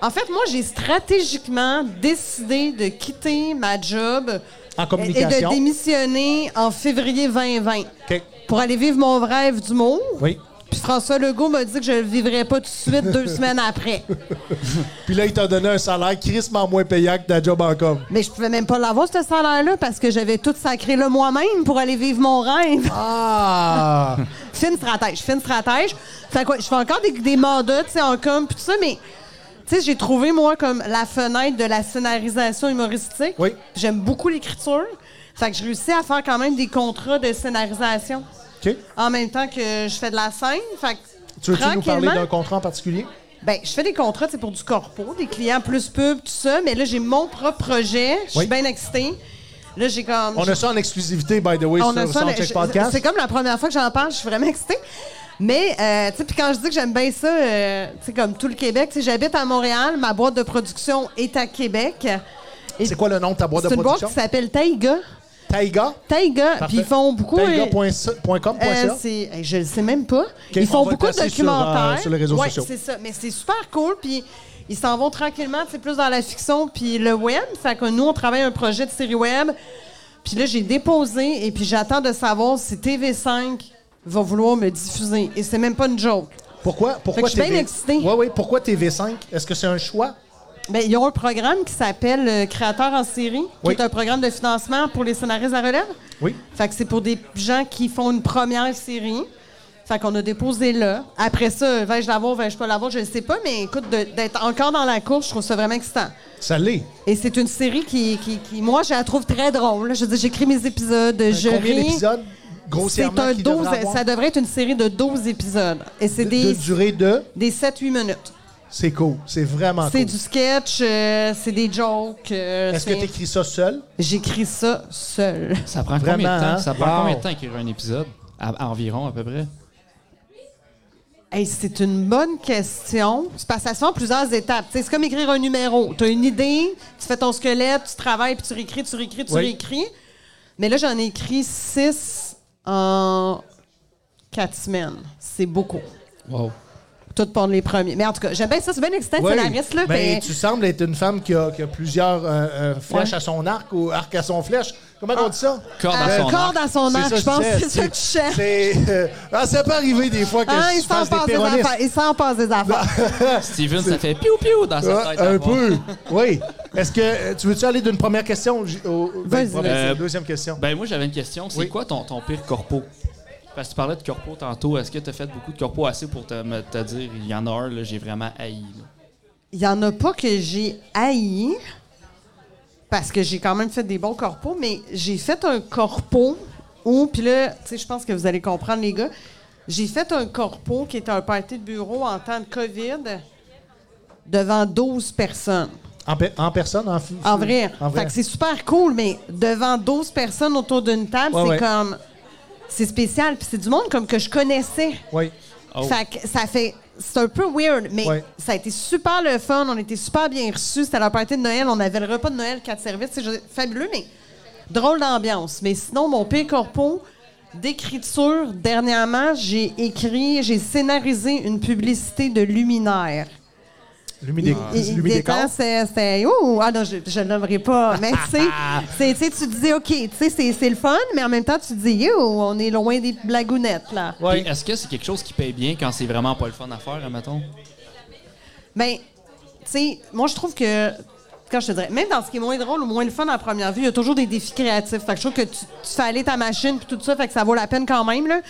En fait, moi, j'ai stratégiquement décidé de quitter ma job En et- et de communication. démissionner en février 2020 OK. pour aller vivre mon rêve d'humour. Oui. Puis François Legault m'a dit que je le vivrais pas tout de suite deux semaines après. Puis là, il t'a donné un salaire crissement moins payant que ta job en com. Mais je pouvais même pas l'avoir, ce salaire-là, parce que j'avais tout sacré là moi-même pour aller vivre mon rêve. Ah! Fine stratège, fine stratège. Fait quoi, je fais encore des, des mandats, tu sais, en com, puis tout ça, mais, tu sais, j'ai trouvé, moi, comme la fenêtre de la scénarisation humoristique. Oui. J'aime beaucoup l'écriture. Fait que je réussis à faire quand même des contrats de scénarisation OK. en même temps que je fais de la scène. Fait que, Tu veux-tu nous parler tranquillement, d'un contrat en particulier? ben, je fais des contrats, c'est pour du corpo, des clients plus pub, tout ça, mais là, j'ai mon propre projet. Je suis Oui. bien excitée. Là, j'ai comme... On a ça en exclusivité, by the way, On a sur ça, mais Soundcheck je- Podcast. C'est comme la première fois que j'en parle, je suis vraiment excitée. Mais, euh, tu sais, puis quand je dis que j'aime bien ça, euh, tu sais, comme tout le Québec, tu sais, j'habite à Montréal, ma boîte de production est à Québec. Et C'est quoi le nom de ta boîte de C'est une boîte production? qui s'appelle Taïga. Taiga? Taïga, puis ils font beaucoup. euh, euh, Taiga.com.ca? c'est- euh, je le sais même pas. on Ils font va beaucoup le de placer sur, documentaires. euh, sur les réseaux Ouais, sociaux. c'est ça. Mais c'est super cool. Puis ils s'en vont tranquillement, c'est plus dans la fiction, puis le web. Fait que nous, on travaille un projet de série web. Puis là, j'ai déposé et puis j'attends de savoir si TV5 va vouloir me diffuser. Et c'est même pas une joke. Pourquoi, pourquoi que je suis TV5? bien excitée. Ouais, ouais, pourquoi TV5? Est-ce que c'est un choix? Ben, ils ont un programme qui s'appelle euh, Créateurs en série, qui Oui. est un programme de financement pour les scénaristes à relève. Oui. Fait que c'est pour des gens qui font une première série. Fait qu'on a déposé là. Après ça, vais-je l'avoir, vais-je pas l'avoir, je ne sais pas, mais écoute, de- d'être encore dans la course, je trouve ça vraiment excitant. Ça l'est. Et c'est une série qui, qui, qui- moi, je la trouve très drôle. là. Je veux dire, j'écris mes épisodes, je Euh, Combien ris. d'épisodes, C'est grossièrement, un qu'il 12, devrait avoir? ça devrait être une série de 12 épisodes. Et c'est De- de des, durée de... des 7-8 minutes. C'est cool. C'est vraiment C'est Ah, cool. du sketch, euh, c'est des jokes. euh, Est-ce que c'est- tu écris ça seul? J'écris ça seul. Ça prend Vraiment, combien de temps? hein? Ça prend Wow. combien de temps écrire un épisode? À- à environ, à peu près. Hey, c'est une bonne question. C'est parce que ça se fait en plusieurs étapes. Tu sais, C'est comme écrire un numéro. Tu as une idée, tu fais ton squelette, tu travailles, puis tu réécris, tu réécris, tu Oui. réécris. Mais là, j'en ai écrit six en quatre semaines. C'est beaucoup. Wow. Tout pour les premiers. Mais en tout cas, j'aime bien ça. C'est bien excitant, Oui. c'est la risque. Là, Mais mais- tu sembles être une femme qui a, qui a plusieurs euh, euh, flèches Ouais. à son arc ou arc à son flèche. Comment on dit ça? Corde Ah, à Euh, son corde arc. à son C'est arc, ça, je pense disais, que c'est ça que tu cherches. C'est. euh, ah, ça peut arriver des fois que Hein, je il s'en fasse des passe des péronistes. affaires. Il s'en passe des affaires. Steven, ça fait piou-piou dans sa Ah, tête. un là-bas. peu, oui. Est-ce que euh, tu veux-tu aller d'une première question j- au- au- Vas-y. d'une première- Euh, deuxième question? Ben moi j'avais une question, c'est Oui. quoi ton, ton pire corpo? Parce que tu parlais de corpo tantôt, est-ce que tu as fait beaucoup de corpo assez pour te, me- te dire il y en a un là, j'ai vraiment haï. là? Il y en a pas que j'ai haï parce que j'ai quand même fait des bons corpos, mais j'ai fait un corpo où, puis là, tu sais, je pense que vous allez comprendre, les gars. J'ai fait un corpo qui était un party de bureau en temps de COVID devant 12 personnes. En, pe- en personne? En, f- En vrai. En Fait que c'est super cool, mais devant 12 personnes autour d'une table, Ouais, c'est ouais. comme. C'est spécial. Puis c'est du monde comme que je connaissais. Oui. Oh. Fait que ça fait. C'est un peu weird, mais Ouais. ça a été super le fun. On était super bien reçus. C'était la party de Noël. On avait le repas de Noël, quatre services. C'est juste fabuleux, mais drôle d'ambiance. Mais sinon, mon pire corpo d'écriture, dernièrement, j'ai écrit, j'ai scénarisé une publicité de luminaire. Lumidé- Il- il- Lumidécor. des temps, c'est- c'est- ouh, ah non, je, je le nommerai pas. Mais tu sais, c'est- tu sais, tu disais, OK, tu sais, c'est c'est le fun, mais en même temps, tu dis, yo, on est loin des blagounettes, là. Puis Est-ce que c'est quelque chose qui paye bien quand c'est vraiment pas le fun à faire, admettons? Ben, tu sais, moi, je trouve que, quand je te dirais, même dans ce qui est moins drôle ou moins le fun à première vue, il y a toujours des défis créatifs. Fait que je trouve que tu, tu fais aller ta machine puis tout ça, fait que ça vaut la peine quand même, là.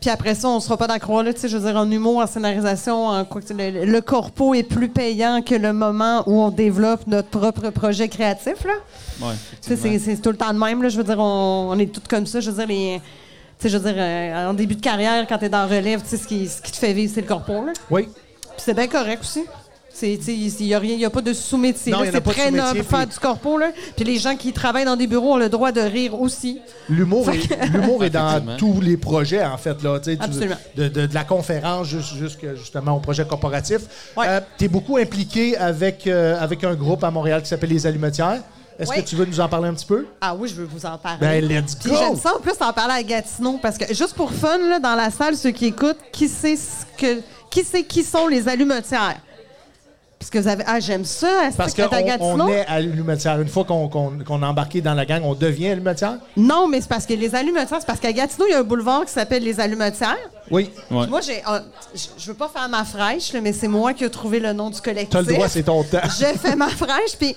Puis après ça, on sera pas d'accord, là. Tu sais, je veux dire, en humour, en scénarisation, en quoi que tu- le, le corpo est plus payant que le moment où on développe notre propre projet créatif, là. Ouais, Tu sais, effectivement. c'est- c'est tout le temps de même. Là, je veux dire, on, on est toutes comme ça. Je veux dire, les, tu sais, je veux dire euh, en début de carrière, quand t'es dans relève, tu sais, ce qui, ce qui te fait vivre, c'est le corpo. Là. Oui. Puis c'est bien correct aussi. C'est- tu sais, Il n'y a, rien- il y a pas de sous-métier. Non, là. il y en a C'est pas de très sous-métier, noble de puis- faire du corpo. Là. Puis les gens qui travaillent dans des bureaux ont le droit de rire aussi. L'humour est, l'humour est dans Effectivement. tous les projets, en fait. Là, tu sais, tu- Absolument. de, de- de la conférence jus- jusque justement au projet corporatif. Ouais. tu es beaucoup impliqué avec, euh, avec un groupe à Montréal qui s'appelle Les Allumetières. Est-ce Ouais. que tu veux nous en parler un petit peu? Ah oui, je veux vous en parler. Ben, let's Puis go! j'aime ça en plus en parler à Gatineau parce que juste pour fun, là, dans la salle, ceux qui écoutent, qui sait ce que qui sait qui sont les allumetières? Parce que vous avez. Ah, j'aime ça, est-ce Parce que t'es à qu'on Gatineau? on est allumetière. Une fois qu'on, qu'on, qu'on est embarqué dans la gang, on devient allumetière? Non, mais c'est parce que les allumetières, c'est parce qu'à Gatineau, il y a un boulevard qui s'appelle les allumetières. Oui. Ouais. Puis Moi, j'ai, ah, je je veux pas faire ma fraîche, là, mais c'est moi qui ai trouvé le nom du collectif. T'as le droit, c'est ton temps. J'ai fait ma fraîche, puis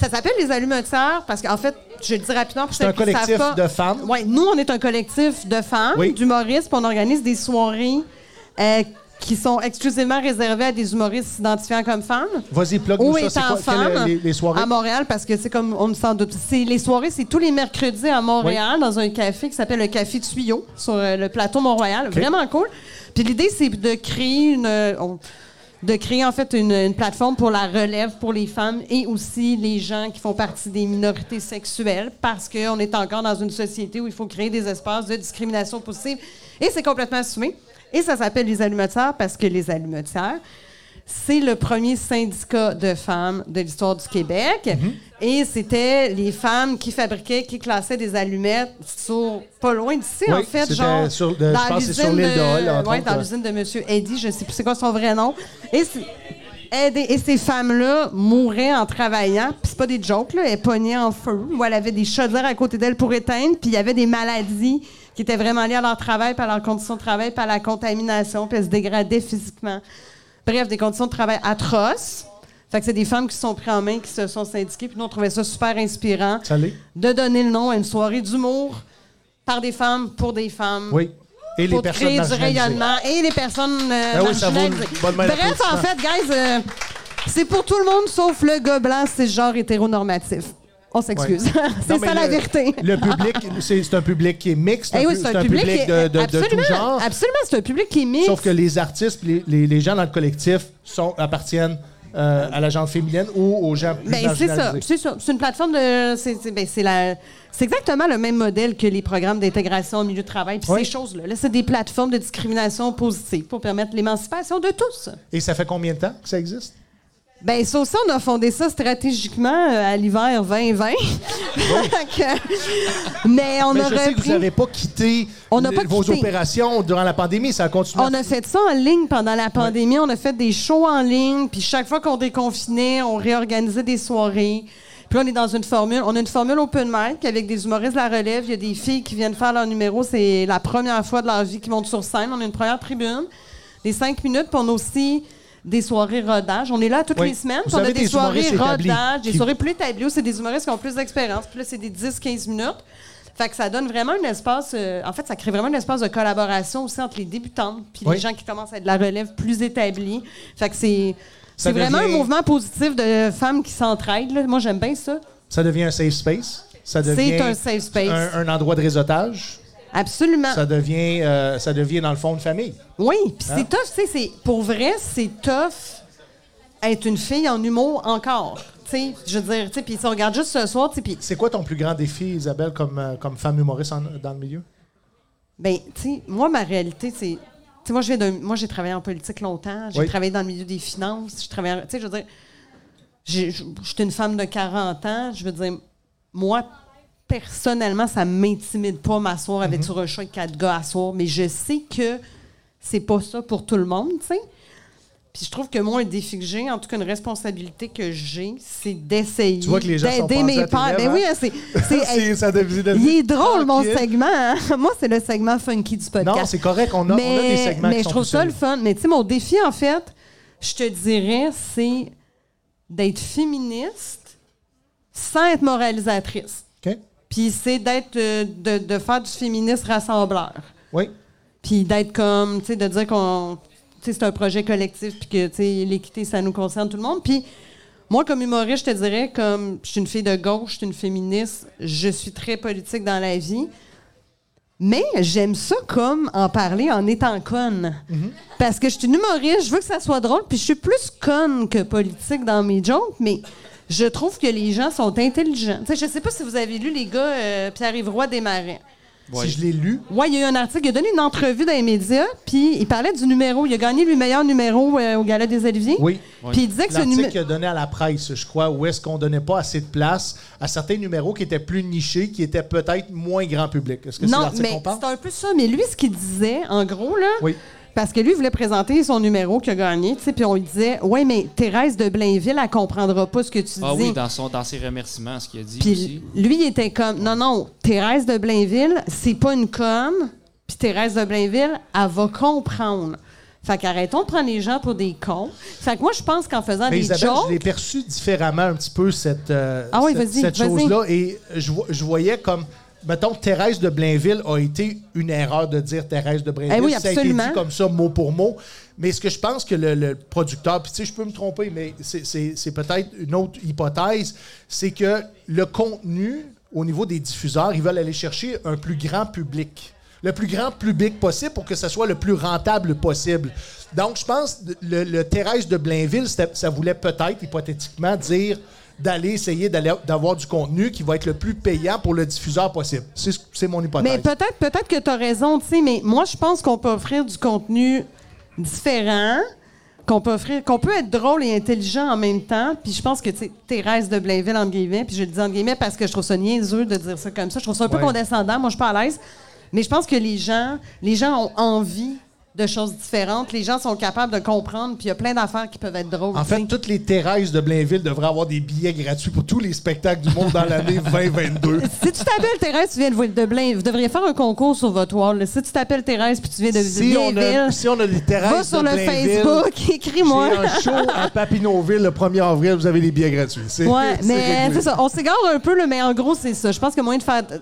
ça s'appelle les allumetières parce qu'en fait, je le dis rapidement pour C'est ceux un qui le savent collectif pas. de femmes. Oui, nous, on est un collectif de femmes, Oui. d'humoristes, puis on organise des soirées euh, qui sont exclusivement réservées à des humoristes s'identifiant comme femmes. Vas-y, plug-nous Ou ça. C'est étant quoi quelle- femme les, les soirées? à Montréal parce que c'est comme on me s'en doute. C'est- Les soirées, c'est tous les mercredis à Montréal dans un café qui s'appelle le Café Tuyau sur euh, le plateau Mont-Royal. Vraiment cool. Puis l'idée, c'est de créer une. euh, on- de créer en fait une, une plateforme pour la relève pour les femmes et aussi les gens qui font partie des minorités sexuelles parce qu'on est encore dans une société où il faut créer des espaces de discrimination positive et c'est complètement assumé. Et ça s'appelle les allumetières parce que les allumetières, c'est le premier syndicat de femmes de l'histoire du Québec. Mm-hmm. Et c'était les femmes qui fabriquaient, qui classaient des allumettes sur pas loin d'ici, Oui, en fait. c'était Genre, sur- de- je pense que c'est sur l'usine l'île de Hall, entre ouais, autres, dans ouais. l'usine de M. Eddy, je sais plus c'est quoi son vrai nom. Et, c'est- et des- et ces femmes-là mouraient en travaillant. Puis c'est pas des jokes, là. Elles pognaient en feu. Ou elles avaient des chaudières à côté d'elles pour éteindre. Puis il y avait des maladies qui étaient vraiment liées à leur travail, par leurs conditions de travail, par la contamination. Puis elles se dégradaient physiquement. Bref, des conditions de travail atroces. Fait que c'est des femmes qui se sont prises en main, qui se sont syndiquées. Puis nous, on trouvait ça super inspirant Ça l'est? de donner le nom à une soirée d'humour par des femmes, pour des femmes Oui. Et les pour personnes créer du marginalisées. rayonnement et les personnes euh, Ben oui, ça vaut une marginalisées. bonne main hein. Bref, en fait, guys, euh, c'est pour tout le monde sauf le gars blanc, c'est genre hétéronormatif. On s'excuse. Ouais. c'est Non, mais ça la le- vérité. Le public, c'est c'est un public qui est mixte, Eh un oui, pu- c'est un public, qui de, de- est- de tout absolument, genre. Absolument, c'est un public qui est mixte. Sauf que les artistes, les, les, les gens dans le collectif sont, appartiennent euh, à la genre féminine ou aux gens plus Ben, c'est ça, marginalisés. c'est ça. C'est une plateforme de. C'est c'est- ben, c'est la- c'est exactement le même modèle que les programmes d'intégration au milieu de travail. Puis Oui. ces choses-là, là, c'est des plateformes de discrimination positive pour permettre l'émancipation de tous. Et ça fait combien de temps que ça existe? Ben ça aussi, on a fondé ça stratégiquement euh, à l'hiver 2020. Que- mais on Mais a Ben, je sais que vous repris. n'avez pas quitté On n'a les- pas vos quitté. opérations durant la pandémie. Ça a continué. On a fait ça en ligne pendant la pandémie. On a fait des shows en ligne. Puis chaque fois qu'on déconfinait, on réorganisait des soirées. Puis là, on est dans une formule. On a une formule open mic avec des humoristes de la relève. Il y a des filles qui viennent faire leur numéro. C'est la première fois de leur vie qu'ils montent sur scène. On a une première tribune, des cinq minutes. Puis on a aussi des soirées rodage. On est là toutes Oui. les semaines. Vous Puis on a avez des, des soirées humoristes établis rodage, des qui- soirées plus établies où c'est des humoristes qui ont plus d'expérience. Puis là, c'est des 10-15 minutes. Fait que ça donne vraiment un espace. euh, en fait, ça crée vraiment un espace de collaboration aussi entre les débutantes puis Oui. les gens qui commencent à être de la relève plus établie. Fait que c'est. Ça C'est vraiment devient- un mouvement positif de femmes qui s'entraident. là. Moi, j'aime bien ça. Ça devient un safe space. Ça C'est devient un safe space. Ah. Un, un endroit de réseautage. Absolument. Ça Hein? devient, euh, ça devient dans le fond une famille. Oui, puis c'est tough, tu sais, c'est- pour vrai, c'est tough être une fille en humour encore. Tu sais, je veux dire, tu sais, puis si on regarde juste ce soir, tu sais, puis C'est quoi ton plus grand défi, Isabelle, comme, euh, comme femme humoriste en- dans le milieu? Ben, tu sais, moi, ma réalité, c'est. Tu sais, moi, je viens d'un- moi, j'ai travaillé en politique longtemps. J'ai Oui. travaillé dans le milieu des finances. Je travaille. Tu sais, je veux dire. j'ai- j- J'étais une femme de 40 ans. Je veux dire, moi, personnellement, ça m'intimide pas m'asseoir Mhm. avec du Rocher et quatre gars à soir. Mais je sais que c'est pas ça pour tout le monde, tu sais. Puis je trouve que moi, un défi que j'ai, en tout cas une responsabilité que j'ai, c'est d'essayer Tu vois que les gens sont d'aider pendus à mes tes pères. lèvres, Ben hein? oui, hein, c'est... c'est- hey, C'est- ça devient- devient- il est drôle, mon Tranquille. segment. hein. Moi, c'est le segment funky du podcast. Non, c'est correct. On a, on a des segments mais qui je sont trouve plus ça le solides. fun. Mais tu sais, mon défi, en fait, je te dirais, c'est d'être féministe sans être moralisatrice. OK? Puis c'est d'être euh, de, de faire du féministe rassembleur. Oui. Puis d'être comme, tu sais, de dire qu'on. Tu sais, c'est un projet collectif, puis que, tu sais, l'équité, ça nous concerne tout le monde. Puis moi, comme humoriste, je te dirais, comme je suis une fille de gauche, je suis une féministe, je suis très politique dans la vie. Mais j'aime ça comme en parler en étant conne. Parce que je suis une humoriste, je veux que ça soit drôle, puis je suis plus conne que politique dans mes jokes, mais je trouve que les gens sont intelligents. Tu sais, je sais pas si vous avez lu les gars euh, Pierre-Yves Roy Desmarais. Si je l'ai lu, Oui, il y a eu un article, il a donné une entrevue dans les médias, puis il parlait du numéro. Il a gagné le meilleur numéro euh, au Gala des Oliviers. Oui. Puis il disait que ce l'article numéro. qu'il a donné à la presse, je crois, où est-ce qu'on donnait pas assez de place à certains numéros qui étaient plus nichés, qui étaient peut-être moins grand public. Est-ce que c'est Non, l'article mais qu'on parle? c'est un peu ça. Mais lui, ce qu'il disait, en gros, là, Oui. parce que lui, il voulait présenter son numéro qu'il a gagné, tu sais, puis on lui disait Ouais, mais Thérèse de Blainville, elle comprendra pas ce que tu Ah dis. oui, dans, son, dans ses remerciements, ce qu'il a dit Puis aussi. lui, il était comme Non, non, Thérèse de Blainville, c'est pas une conne, puis Thérèse de Blainville, elle va comprendre. Fait qu'arrêtons de prendre les gens pour des cons. Fait que moi, je pense qu'en faisant Mais des Isabelle, jokes. je l'ai perçu différemment un petit peu cette, euh, Ah oui, cette, vas-y, cette vas-y. chose-là. Et je, vo- je voyais comme, mettons, Thérèse de Blainville a été une erreur de dire Thérèse de Blainville. Eh oui, Ça a été absolument. dit comme ça, mot pour mot. Mais ce que je pense que le, le producteur, puis tu sais, je peux me tromper, mais c'est- c'est c'est peut-être une autre hypothèse, c'est que le contenu, au niveau des diffuseurs, ils veulent aller chercher un plus grand public. Le plus grand public possible pour que ce soit le plus rentable possible. Donc, je pense que le, le Thérèse de Blainville, c'était- ça voulait peut-être, hypothétiquement, dire d'aller essayer d'aller- d'avoir du contenu qui va être le plus payant pour le diffuseur possible. C'est ce- c'est mon hypothèse. Mais peut-être peut-être que tu as raison, tu sais, mais moi je pense qu'on peut offrir du contenu différent, qu'on peut offrir qu'on peut être drôle et intelligent en même temps, puis je pense que tu sais Thérèse de Blainville en guillemets, puis je le dis en guillemets parce que je trouve ça niaiseux de dire ça comme ça, je trouve ça un peu Ouais. condescendant, moi je suis pas à l'aise, mais je pense que les gens les gens ont envie de choses différentes, les gens sont capables de comprendre, puis il y a plein d'affaires qui peuvent être drôles. En tu sais. fait, toutes les Thérèse de Blainville devraient avoir des billets gratuits pour tous les spectacles du monde dans l'année 2022. si tu t'appelles Thérèse, tu viens de, de Blain, vous devriez faire un concours sur votre wall. là. Si tu t'appelles Thérèse puis tu viens de Si on, a, Blainville- si on a des Thérèse Va sur de le Blainville, Facebook, écris-moi. J'ai un show à Papineauville le 1er avril, vous avez les billets gratuits. C'est- Ouais, c'est mais réglé. c'est ça. On s'égare un peu, là, mais en gros, c'est ça. Je pense que moyen de faire euh,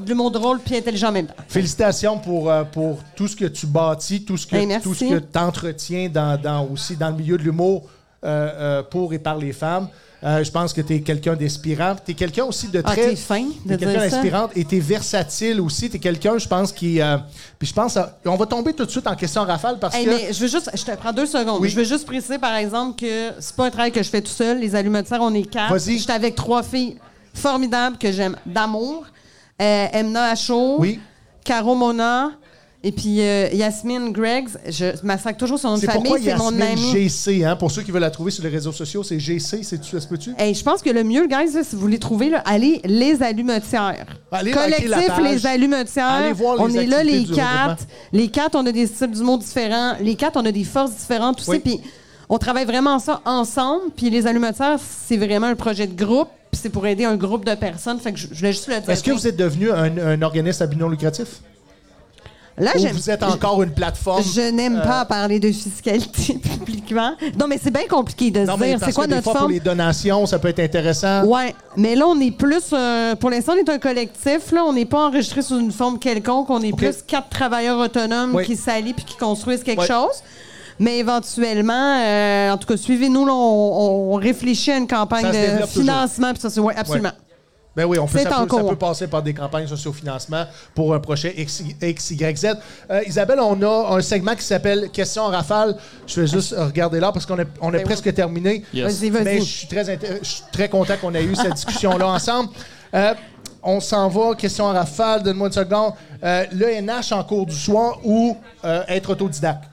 de l'humour drôle puis intelligent en même temps. Félicitations pour, euh, pour tout ce que tu bâtis, tout ce que Hey, merci. tout ce que tu entretiens dans, dans- aussi dans le milieu de l'humour euh, euh, pour et par les femmes. Euh, je pense que tu es quelqu'un d'inspirant. Tu es quelqu'un aussi de Ah, très. t'es fin de t'es quelqu'un dire ça. d'inspirante et tu es versatile aussi. Tu es quelqu'un, je pense, qui. euh, puis je pense. à- on va tomber tout de suite en question rafale parce Hey, que. mais je veux juste, je te prends deux secondes. Oui. Je veux juste préciser, par exemple, que c'est pas un travail que je fais tout seul. Les allumetières, on est quatre. Vas-y. J'étais avec trois filles formidables que j'aime d'amour. Euh, Emna Acho, Oui. Caro Mona, et puis euh, Yasmine Greggs. Je massacre toujours son nom de C'est pourquoi famille, c'est mon Yasmine ami. GC, hein, pour ceux qui veulent la trouver sur les réseaux sociaux, c'est GC, c'est tu, ça se peut-tu? Hey, je pense que le mieux, guys, là, si vous voulez trouver, là, allez les allumetières. Allez liker Collectif la page. les allumetières. Allez voir les on est là activités les du quatre. regroupement. Les quatre, on a des styles d'humour différents. Les quatre, on a des forces différentes aussi. Oui. Puis on travaille vraiment ça ensemble. Puis les allumetières, c'est vraiment un projet de groupe. Puis c'est pour aider un groupe de personnes. Fait que je, je voulais juste le dire. Est-ce que vous êtes devenu un, un organisme à but non lucratif? là, Ou j'aime- vous êtes encore une plateforme? Je n'aime euh, pas parler de fiscalité publiquement. Non, mais c'est bien compliqué de se Non, mais dire. parce C'est quoi que des notre fois, forme? pour les donations, ça peut être intéressant. Ouais, mais là, on est plus. euh, pour l'instant, on est un collectif. Là, on n'est pas enregistré sous une forme quelconque. On est plus quatre travailleurs autonomes Oui. qui s'allient puis qui construisent quelque Oui. chose. Mais éventuellement, euh, en tout cas, suivez-nous. là, on, on réfléchit à une campagne Ça se de développe financement. Puis ça, c'est ouais, absolument. Ben oui, on peut, C'est ça, en peut, ça cours. peut passer par des campagnes sociofinancement pour un projet X, XYZ. Euh, Isabelle, on a un segment qui s'appelle Question en rafale. Je vais juste regarder là parce qu'on a, on a presque terminé. Yes. Ben Vas-y, vas-y. Mais je suis très, inté- je suis très content qu'on ait eu cette discussion-là ensemble. Euh, on s'en va, question en rafale, donne-moi une seconde. Euh, L'ENH en cours du soir ou euh, être autodidacte?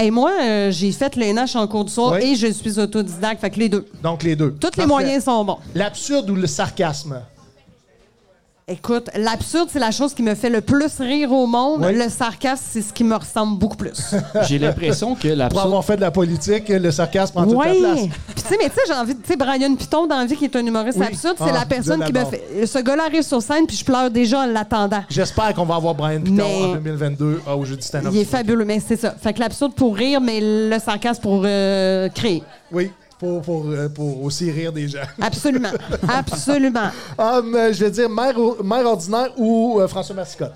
Et moi, euh, j'ai fait l'ENH en cours du soir Oui. et je suis autodidacte. Fait que les deux. Donc les deux. Tous Parfait. les moyens sont bons. L'absurde ou le sarcasme? Écoute, l'absurde, c'est la chose qui me fait le plus rire au monde. Oui. Le sarcasme, c'est ce qui me ressemble beaucoup plus. J'ai l'impression que Pour l'absurde. avoir fait de la politique, le sarcasme prend toute la Oui. place. Puis tu sais, mais tu sais, j'ai envie de. Tu sais, Brian Piton dans la vie, qui est un humoriste Oui. absurde, Ah, c'est la personne je qui me l'adore. fait. Ce gars-là arrive sur scène, puis je pleure déjà en l'attendant. J'espère qu'on va avoir Brian Piton Mais- en 2022 ah, au jeu du stand-up. Il est fabuleux, mais c'est ça. Fait que l'absurde pour rire, mais le sarcasme pour euh, créer. Oui, pour, pour, euh, pour aussi rire des gens. Absolument. Absolument. Um, Homme, euh, je vais dire maire, au- maire ordinaire ou euh, François Massicotte.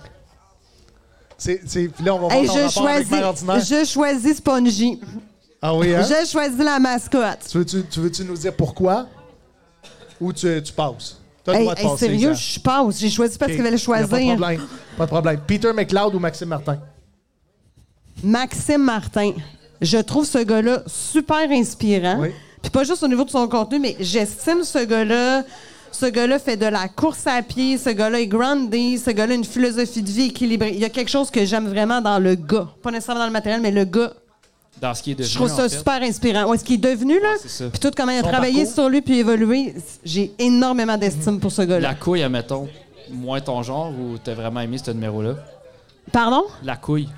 C'est, c'est, puis là, on va voir Hey, ton je, rapport avec maire ordinaire. choisis, je choisis Spongy. Ah oui, hein? Je choisis la mascotte. Tu, veux-tu, tu veux-tu nous dire pourquoi? Ou tu, tu passes? T'as le Hey, droit de hey, passer, sérieux, Zach. je passe. J'ai choisi parce Ok, qu'il fallait y a Pas de choisir. problème. Pas de problème. Peter McLeod ou Maxime Martin? Maxime Martin. Je trouve ce gars-là super inspirant. Oui. Puis pas juste au niveau de son contenu, mais j'estime ce gars-là. Ce gars-là fait de la course à pied. Ce gars-là est grandé. Ce gars-là a une philosophie de vie équilibrée. Il y a quelque chose que j'aime vraiment dans le gars. Pas nécessairement dans le matériel, mais le gars. Dans ce qui est devenu. Je trouve ça en fait. super inspirant. Ouais, ce qu'il est devenu, là, c'est ça. puis tout comment il a Son travaillé parcours. sur lui puis évolué, j'ai énormément d'estime pour ce gars-là. La couille, admettons, moins ton genre ou t'as vraiment aimé ce numéro-là? Pardon? La couille.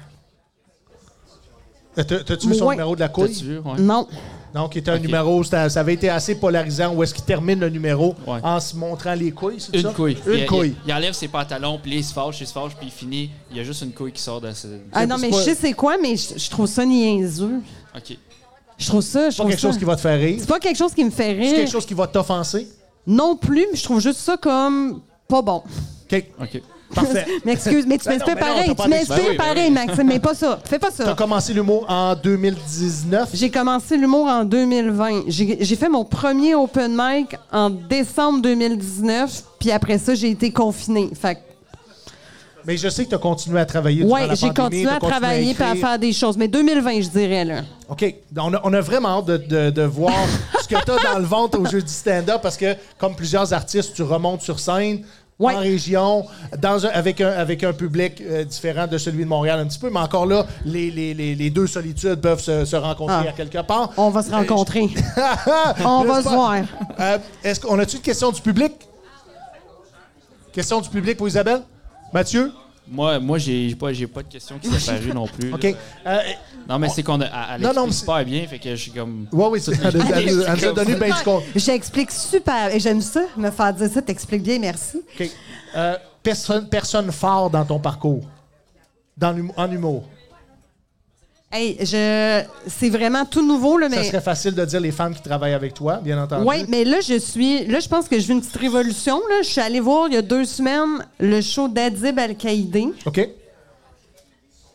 Euh, t'as- T'as-tu vu son Ouais. numéro de la T'as-tu couille? vu? Ouais. Non. Non, qui était un Ok. numéro, c'était- ça avait été assez polarisant. Où est-ce qu'il termine le numéro Ouais. en se montrant les couilles? c'est ça? Une couille. Une il, il- couille. Il, enlève ses pantalons, puis là, il se fâche, il se fâche, puis il finit. Il y a juste une couille qui sort de ce. Ah non, c'est mais pas- je sais c'est quoi, mais je je trouve ça niaiseux. OK. Je trouve C'est pas ça. je trouve quelque ça- chose qui va te faire rire. C'est pas quelque chose qui me fait C'est rire. quelque chose qui va t'offenser. Non plus, mais je trouve juste ça comme pas bon. OK, OK. parfait. Mais excuse, mais tu Ben non, m'inspires ben non, pareil. t'as pas Tu d'excuse. m'inspires Ben oui, ben pareil, Maxime, mais pas ça. Fais pas T'as ça. commencé l'humour en 2019. J'ai commencé l'humour en 2020. J'ai j'ai fait mon premier open mic en décembre 2019, puis après ça, j'ai été confinée. Fait que Mais je sais que t'as continué à travailler durant Oui, la j'ai pandémie, continué t'as à travailler et écrire. à faire des choses. Mais 2020, je dirais, là. OK. On a, on a vraiment hâte de, de- de voir ce que t'as dans le ventre au jeu du stand-up parce que, comme plusieurs artistes, tu remontes sur scène. Ouais. En région, dans un- avec, un, avec un public euh, différent de celui de Montréal un petit peu, mais encore là, les, les- les- les deux solitudes peuvent se, se rencontrer Ah. à quelque part. On va se rencontrer. On va se voir. Euh, Est-ce qu'on a-tu une question du public? Question du public pour Isabelle? Mathieu? Moi, moi j'ai j'ai pas, j'ai pas de question qui s'est apparue non plus. là. OK. Euh, Non, mais c'est qu'on a. à- à Non, non, mais l'explique c'est- super bien, fait que je suis comme. ouais, oui, c'est- elle, nous- elle nous- elle nous a donné bien du compte. J'explique super. Et j'aime ça, me faire dire ça. T'expliques bien, merci. OK. Euh, personne, personne fort dans ton parcours, dans l'hum- en humour. Hey, je... C'est vraiment tout nouveau, là, Ça mais... serait facile de dire les femmes qui travaillent avec toi, bien entendu. Oui, mais là, je suis. Là, je pense que je vis une petite révolution. Là. Je suis allée voir il y a deux semaines le show d'Adib Al-Qaïdé. OK.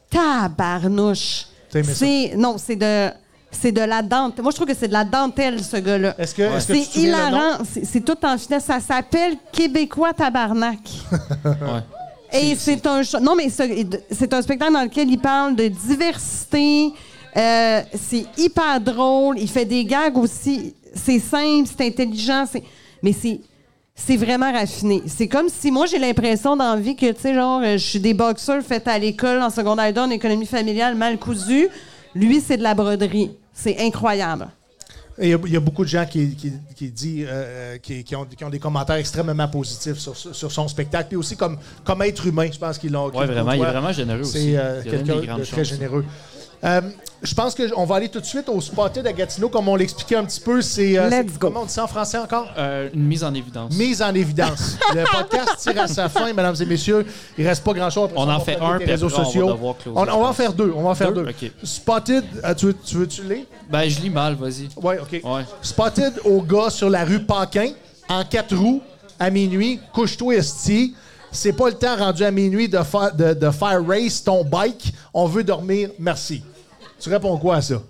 Tabarnouche. T'as aimé ça? C'est. Non, c'est de. C'est de la dentelle. Moi, je trouve que c'est de la dentelle, ce gars-là. Est-ce que- est-ce que tu te C'est souviens le nom? hilarant. C'est- C'est tout en finesse. Ça s'appelle Québécois Tabarnak. Ouais. Et c'est un cho- non mais ce- c'est un spectacle dans lequel il parle de diversité. Euh, c'est hyper drôle. Il fait des gags aussi. C'est simple, c'est intelligent, c'est mais c'est c'est vraiment raffiné. C'est comme si moi j'ai l'impression dans la vie que tu sais genre euh, je suis des boxeurs faits à l'école en secondaire en économie familiale mal cousue. Lui c'est de la broderie. C'est incroyable. Et Il y, a- il y a beaucoup de gens qui, qui, qui disent, euh, qui, qui ont, qui ont des commentaires extrêmement positifs sur, sur- sur son spectacle, puis aussi comme, comme être humain, je pense qu'ils l'ont. Ouais, qu'ils vraiment, il est côtoient. vraiment généreux aussi. C'est euh, Il donne quelqu'un des grandes de très chances. généreux. Euh, je pense qu'on va aller tout de suite au spotted à Gatineau, comme on l'expliquait un petit peu. C'est euh, Let's c'est- go. comment on dit ça en français encore? Euh, une mise en évidence. Mise en évidence. Le podcast tire à sa fin, mesdames et messieurs. Il reste pas grand-chose. Après On ça, en va fait faire un, des puis réseaux après, on va sociaux. devoir closer, On, je on va en pense. faire deux. On va en faire deux. Deux? OK. Spotted, euh, tu, veux, tu veux-tu le lire? Ben, je lis mal, vas-y. Oui, OK. Ouais. Spotted au gars sur la rue Paquin, en quatre roues, à minuit, couche-toi esti. C'est pas le temps rendu à minuit de, fa- de, de faire race ton bike. On veut dormir, merci. Tu réponds quoi à ça?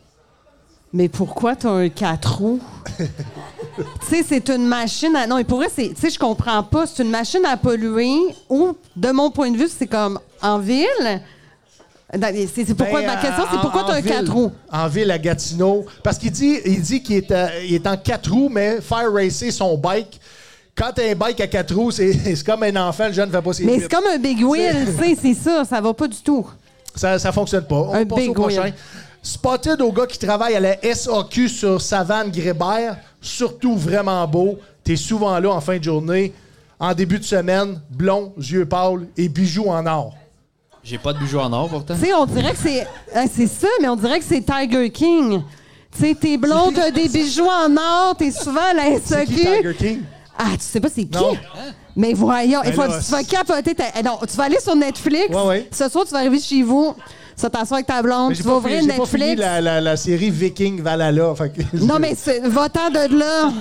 Mais pourquoi t'as un 4 roues? tu sais, c'est une machine à. Non, mais pour vrai, c'est. Tu sais, je comprends pas. C'est une machine à polluer ou, de mon point de vue, c'est comme en ville. Dans- C'est c'est pourquoi. Ben, ma question, c'est en- pourquoi t'as en un ville. 4 roues? En ville à Gatineau. Parce qu'il dit il dit qu'il est, à- il est en quatre roues, mais faire racer son bike. Quand t'as un bike à quatre roues, c'est c'est comme un enfant, le jeune ne fait pas ses Mais tripes. c'est comme un big wheel, tu sais, c'est ça. Ça va pas du tout. Ça, ça fonctionne pas. On Un passe au big prochain. win. Spotted au gars qui travaille à la SAQ sur Savane Grébert. Surtout vraiment beau. T'es souvent là en fin de journée. en début de semaine, blond, yeux pâles et bijoux en or. J'ai pas de bijoux en or pourtant. Tu sais, on dirait que c'est. Ah, c'est ça, mais on dirait que c'est Tiger King. Tu sais, t'es blond, t'as des bijoux en or, t'es souvent à la C'est qui Tiger SQ. King? Ah, tu sais pas c'est qui? Non. Mais voyons, il Ben faut, là, tu vas capoter. ta- eh Non, tu vas aller sur Netflix. Ouais, ouais. Ce soir, tu vas arriver chez vous, tu vas t'asseoir avec ta blonde, Mais tu j'ai vas pas, ouvrir fini- j'ai pas fini Netflix. la, la- la série Viking Valhalla. fait que- Non, mais c'est- va-t'en de là.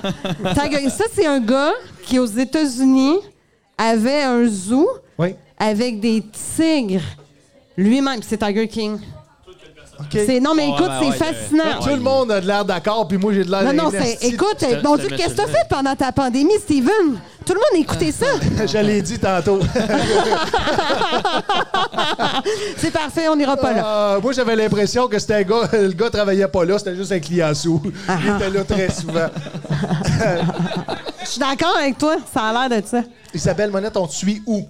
Tiger- Ça, c'est un gars qui, aux États-Unis, avait un zoo Oui. avec des tigres lui-même. C'est Tiger King. OK. C'est non, mais Oh, écoute, ben ouais, c'est Tout fascinant. le monde a de l'air d'accord, puis moi j'ai de l'air Non, non, d'un c'est. esti de- Écoute, c'est- mon c'est Dieu, un qu'est-ce que t'as monsieur. fait pendant ta pandémie, Steven? Tout le monde écoutait ça. Je l'ai dit tantôt. c'est parfait, on n'ira pas là. Euh, moi, j'avais l'impression que c'était un gars, le gars travaillait pas là, c'était juste un client sous. Ah, Il était là très souvent. Je suis d'accord avec toi, ça a l'air de ça. Isabelle Monette, on te suit où?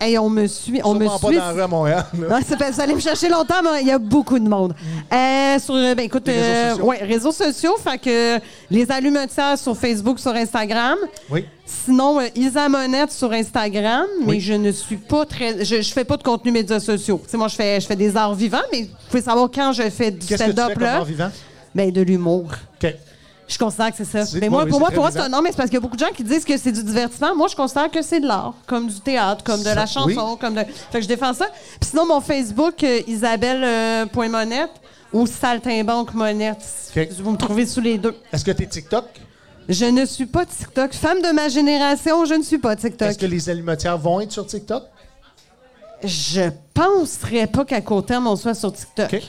Hey, on me suit, on me Sûrement pas suit. dans la rue à Montréal. là. Non, c'est pas- vous allez me chercher longtemps, mais il y a beaucoup de monde. Euh, sur, euh, ben, écoute, Mm. Les réseaux euh, sociaux. ouais, réseaux sociaux, fait que euh, les allumetières sur Facebook, sur Instagram. Oui. Sinon, euh, Isa Monette sur Instagram, mais je ne suis pas très. Je, je fais pas de contenu médias sociaux. Tu sais, moi, je fais, je fais des arts vivants, mais vous pouvez savoir quand je fais du Qu'est-ce que tu fais stand-up comme là. art vivant? Ben, de l'humour. OK. Je considère que c'est ça. C'est- Mais moi, oui, pour oui, moi, c'est pour moi, très c'est un non, mais c'est parce qu'il y a beaucoup de gens qui disent que c'est du divertissement. Moi, je considère que c'est de l'art, comme du théâtre, comme de la Ça, chanson, oui. comme de. Fait que je défends ça. Puis sinon, mon Facebook, euh, Isabelle euh, point Monette ou Saltimbanque Monette. OK. Vous me trouvez sous les deux. Est-ce que t'es TikTok? Je ne suis pas TikTok. Femme de ma génération, je ne suis pas TikTok. Est-ce que les allumetières vont être sur TikTok? Je penserais pas qu'à court terme, on soit sur TikTok. OK.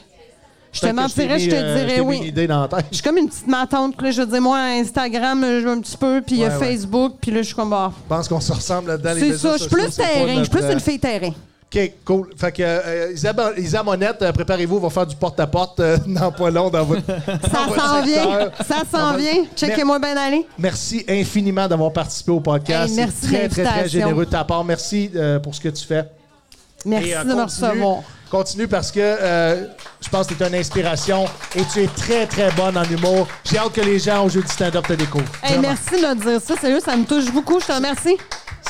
Je te mentirais, euh, je te dirais oui. une idée dans la tête. Je suis comme une petite matante, là, je veux dire, moi, Instagram, euh, je veux un petit peu, puis il y a Ouais, ouais. Facebook, puis là, je suis comme, bah, Je pense qu'on se ressemble là-dedans. les C'est réseaux ça, je suis sociaux, plus c'est pas terrain, je suis plus notre- une fille terrain. OK, cool. Fait que euh, Isab- Isa Monette, euh, préparez-vous, on va faire du porte-à-porte euh, dans pas long dans votre. Ça votre s'en vient, secteur. ça s'en Dans votre- vient. Checkez-moi bien aller. Merci infiniment d'avoir participé au podcast. Hey, merci C'est de très, très, très l'invitation. généreux de ta part. Merci euh, pour ce que tu fais. Merci Et, euh, de me continue- recevoir. Continue parce que euh, je pense que tu es une inspiration et tu es très, très bonne en humour. J'ai hâte que les gens au jeu du stand-up te découvrent. Hey, Vraiment. merci de me dire ça, sérieux, ça me touche beaucoup, je te remercie.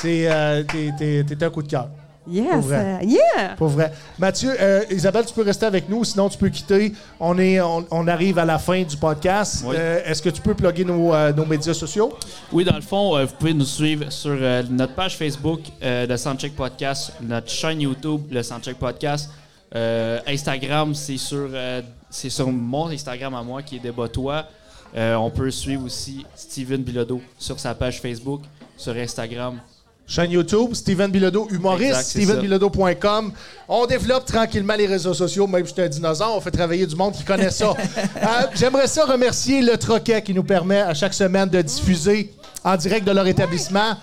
C'est, euh, t'es, t'es- t'es un coup de cœur. Pour Yes, vrai. euh, yeah! Pour vrai. Mathieu, euh, Isabelle, tu peux rester avec nous, sinon tu peux quitter. On, est, on, on arrive à la fin du podcast. Oui. Euh, est-ce que tu peux plugger nos, euh, nos médias sociaux? Oui, dans le fond, euh, vous pouvez nous suivre sur euh, notre page Facebook, euh, le Soundcheck Podcast, notre chaîne YouTube, le Soundcheck Podcast. Euh, Instagram, c'est sur, euh, c'est sur mon Instagram à moi qui est Débat-toi. Euh, on peut suivre aussi Steven Bilodeau sur sa page Facebook, sur Instagram. Chaîne YouTube, Steven Bilodeau, humoriste, Exact, c'est ça. stevenbilodeau.com. On développe tranquillement les réseaux sociaux, même si j'étais un dinosaure, on fait travailler du monde qui connaît ça. Euh, J'aimerais ça remercier le Troquet qui nous permet à chaque semaine de diffuser en direct de leur établissement.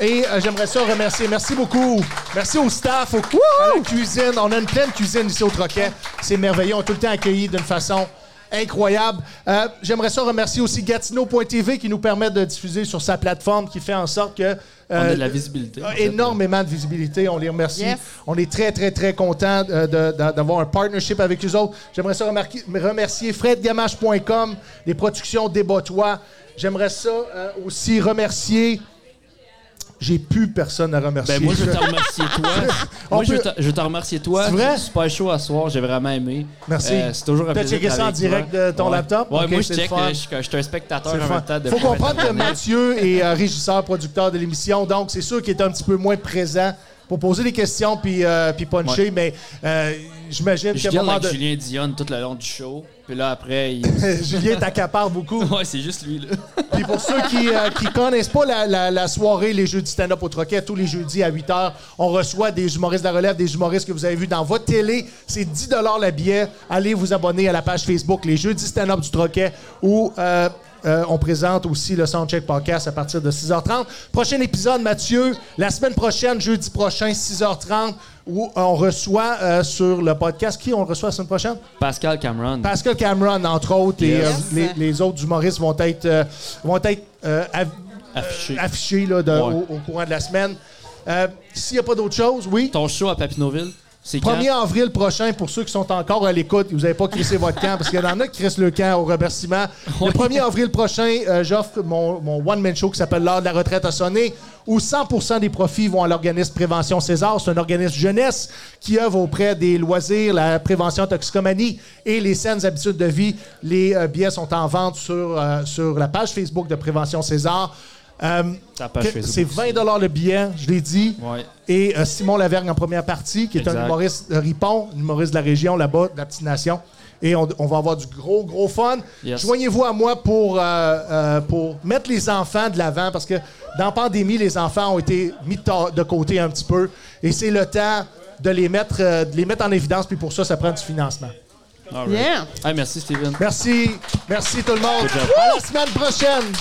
Et euh, j'aimerais ça remercier. Merci beaucoup. Merci au staff, au, à la cuisine. On a une pleine cuisine ici au Troquet. C'est merveilleux. On est tout le temps accueilli d'une façon incroyable. Euh, J'aimerais ça remercier aussi Gatineau.tv qui nous permet de diffuser sur sa plateforme, qui fait en sorte que... On a euh, de la visibilité. a énormément de visibilité. On les remercie. Yes. On est très, très, très contents euh, de- de- d'avoir un partnership avec eux autres. J'aimerais ça remarquer- remercier fredgamache.com, les productions Débat-toi. J'aimerais ça euh, aussi remercier... J'ai plus personne à remercier. Ben moi, je veux te remercier toi. On moi, je veux peut- te- je veux te remercier toi. C'est vrai? Super chaud à soir, j'ai vraiment aimé. Merci. Euh, c'est toujours un T'as plaisir. checké de ça en travailler avec direct toi. de ton Ouais. laptop? Ouais, Ok, moi, c'est le je check. fun. euh, Je je- je suis un spectateur C'est le en fun. même temps. de Faut plein comprendre que d'intervenants. Mathieu est euh, régisseur, producteur de l'émission, donc c'est sûr qu'il est un petit peu moins présent pour poser des questions puis, euh, puis puncher, mais euh, j'imagine Je qu'à un deal moment avec de... Julien Dion tout le long du show. Puis là, après, il... Julien t'accapare beaucoup. ouais, c'est juste lui, là. Puis pour ceux qui ne connaissent pas la, la- la soirée, les jeux du stand-up au Troquet, tous les jeudis à 8 h, on reçoit des humoristes de la relève, des humoristes que vous avez vus dans votre télé. C'est 10 le billet. Allez vous abonner à la page Facebook, les jeudis stand-up du Troquet, où euh, euh, on présente aussi le Soundcheck Podcast à partir de 6h30. Prochain épisode, Mathieu, la semaine prochaine, jeudi prochain, 6h30, où on reçoit euh, sur le podcast. Qui on reçoit la semaine prochaine? Pascal Cameron. Pascal Cameron, entre autres, et Yes. euh, les, les autres humoristes vont être, euh, vont être euh, av- Affiché. euh, affichés là, de- Ouais. au, au courant de la semaine. Euh, S'il n'y a pas d'autre chose, oui. Ton show à Papineauville, C'est quand? 1er avril prochain, pour ceux qui sont encore à l'écoute, vous n'avez pas crissé votre camp, parce qu'il y en a qui crissent le camp au remerciement. Le 1er avril prochain, euh, j'offre mon, mon one-man show qui s'appelle L'heure de la retraite a sonné, où 100 des profits vont à l'organisme Prévention César. C'est un organisme jeunesse qui œuvre auprès des loisirs, la prévention toxicomanie et les saines habitudes de vie. Les euh, billets sont en vente sur, euh, sur la page Facebook de Prévention César. Euh, Ta page que- Facebook c'est aussi. 20 dollars le billet, je l'ai dit. Ouais. Et euh, Simon Lavergne en première partie, qui est Exact. un humoriste de Ripon, un humoriste de la région là-bas, de la petite nation. Et on, on va avoir du gros, gros fun. Yes. Joignez-vous à moi pour, euh, euh, pour mettre les enfants de l'avant, parce que dans la pandémie, les enfants ont été mis de ta- de côté un petit peu. Et c'est le temps de les mettre, euh, de les mettre en évidence, puis pour ça, ça prend du financement. All right. Yeah. Ah, merci, Steven. Merci. Merci tout le monde. job. À la semaine prochaine.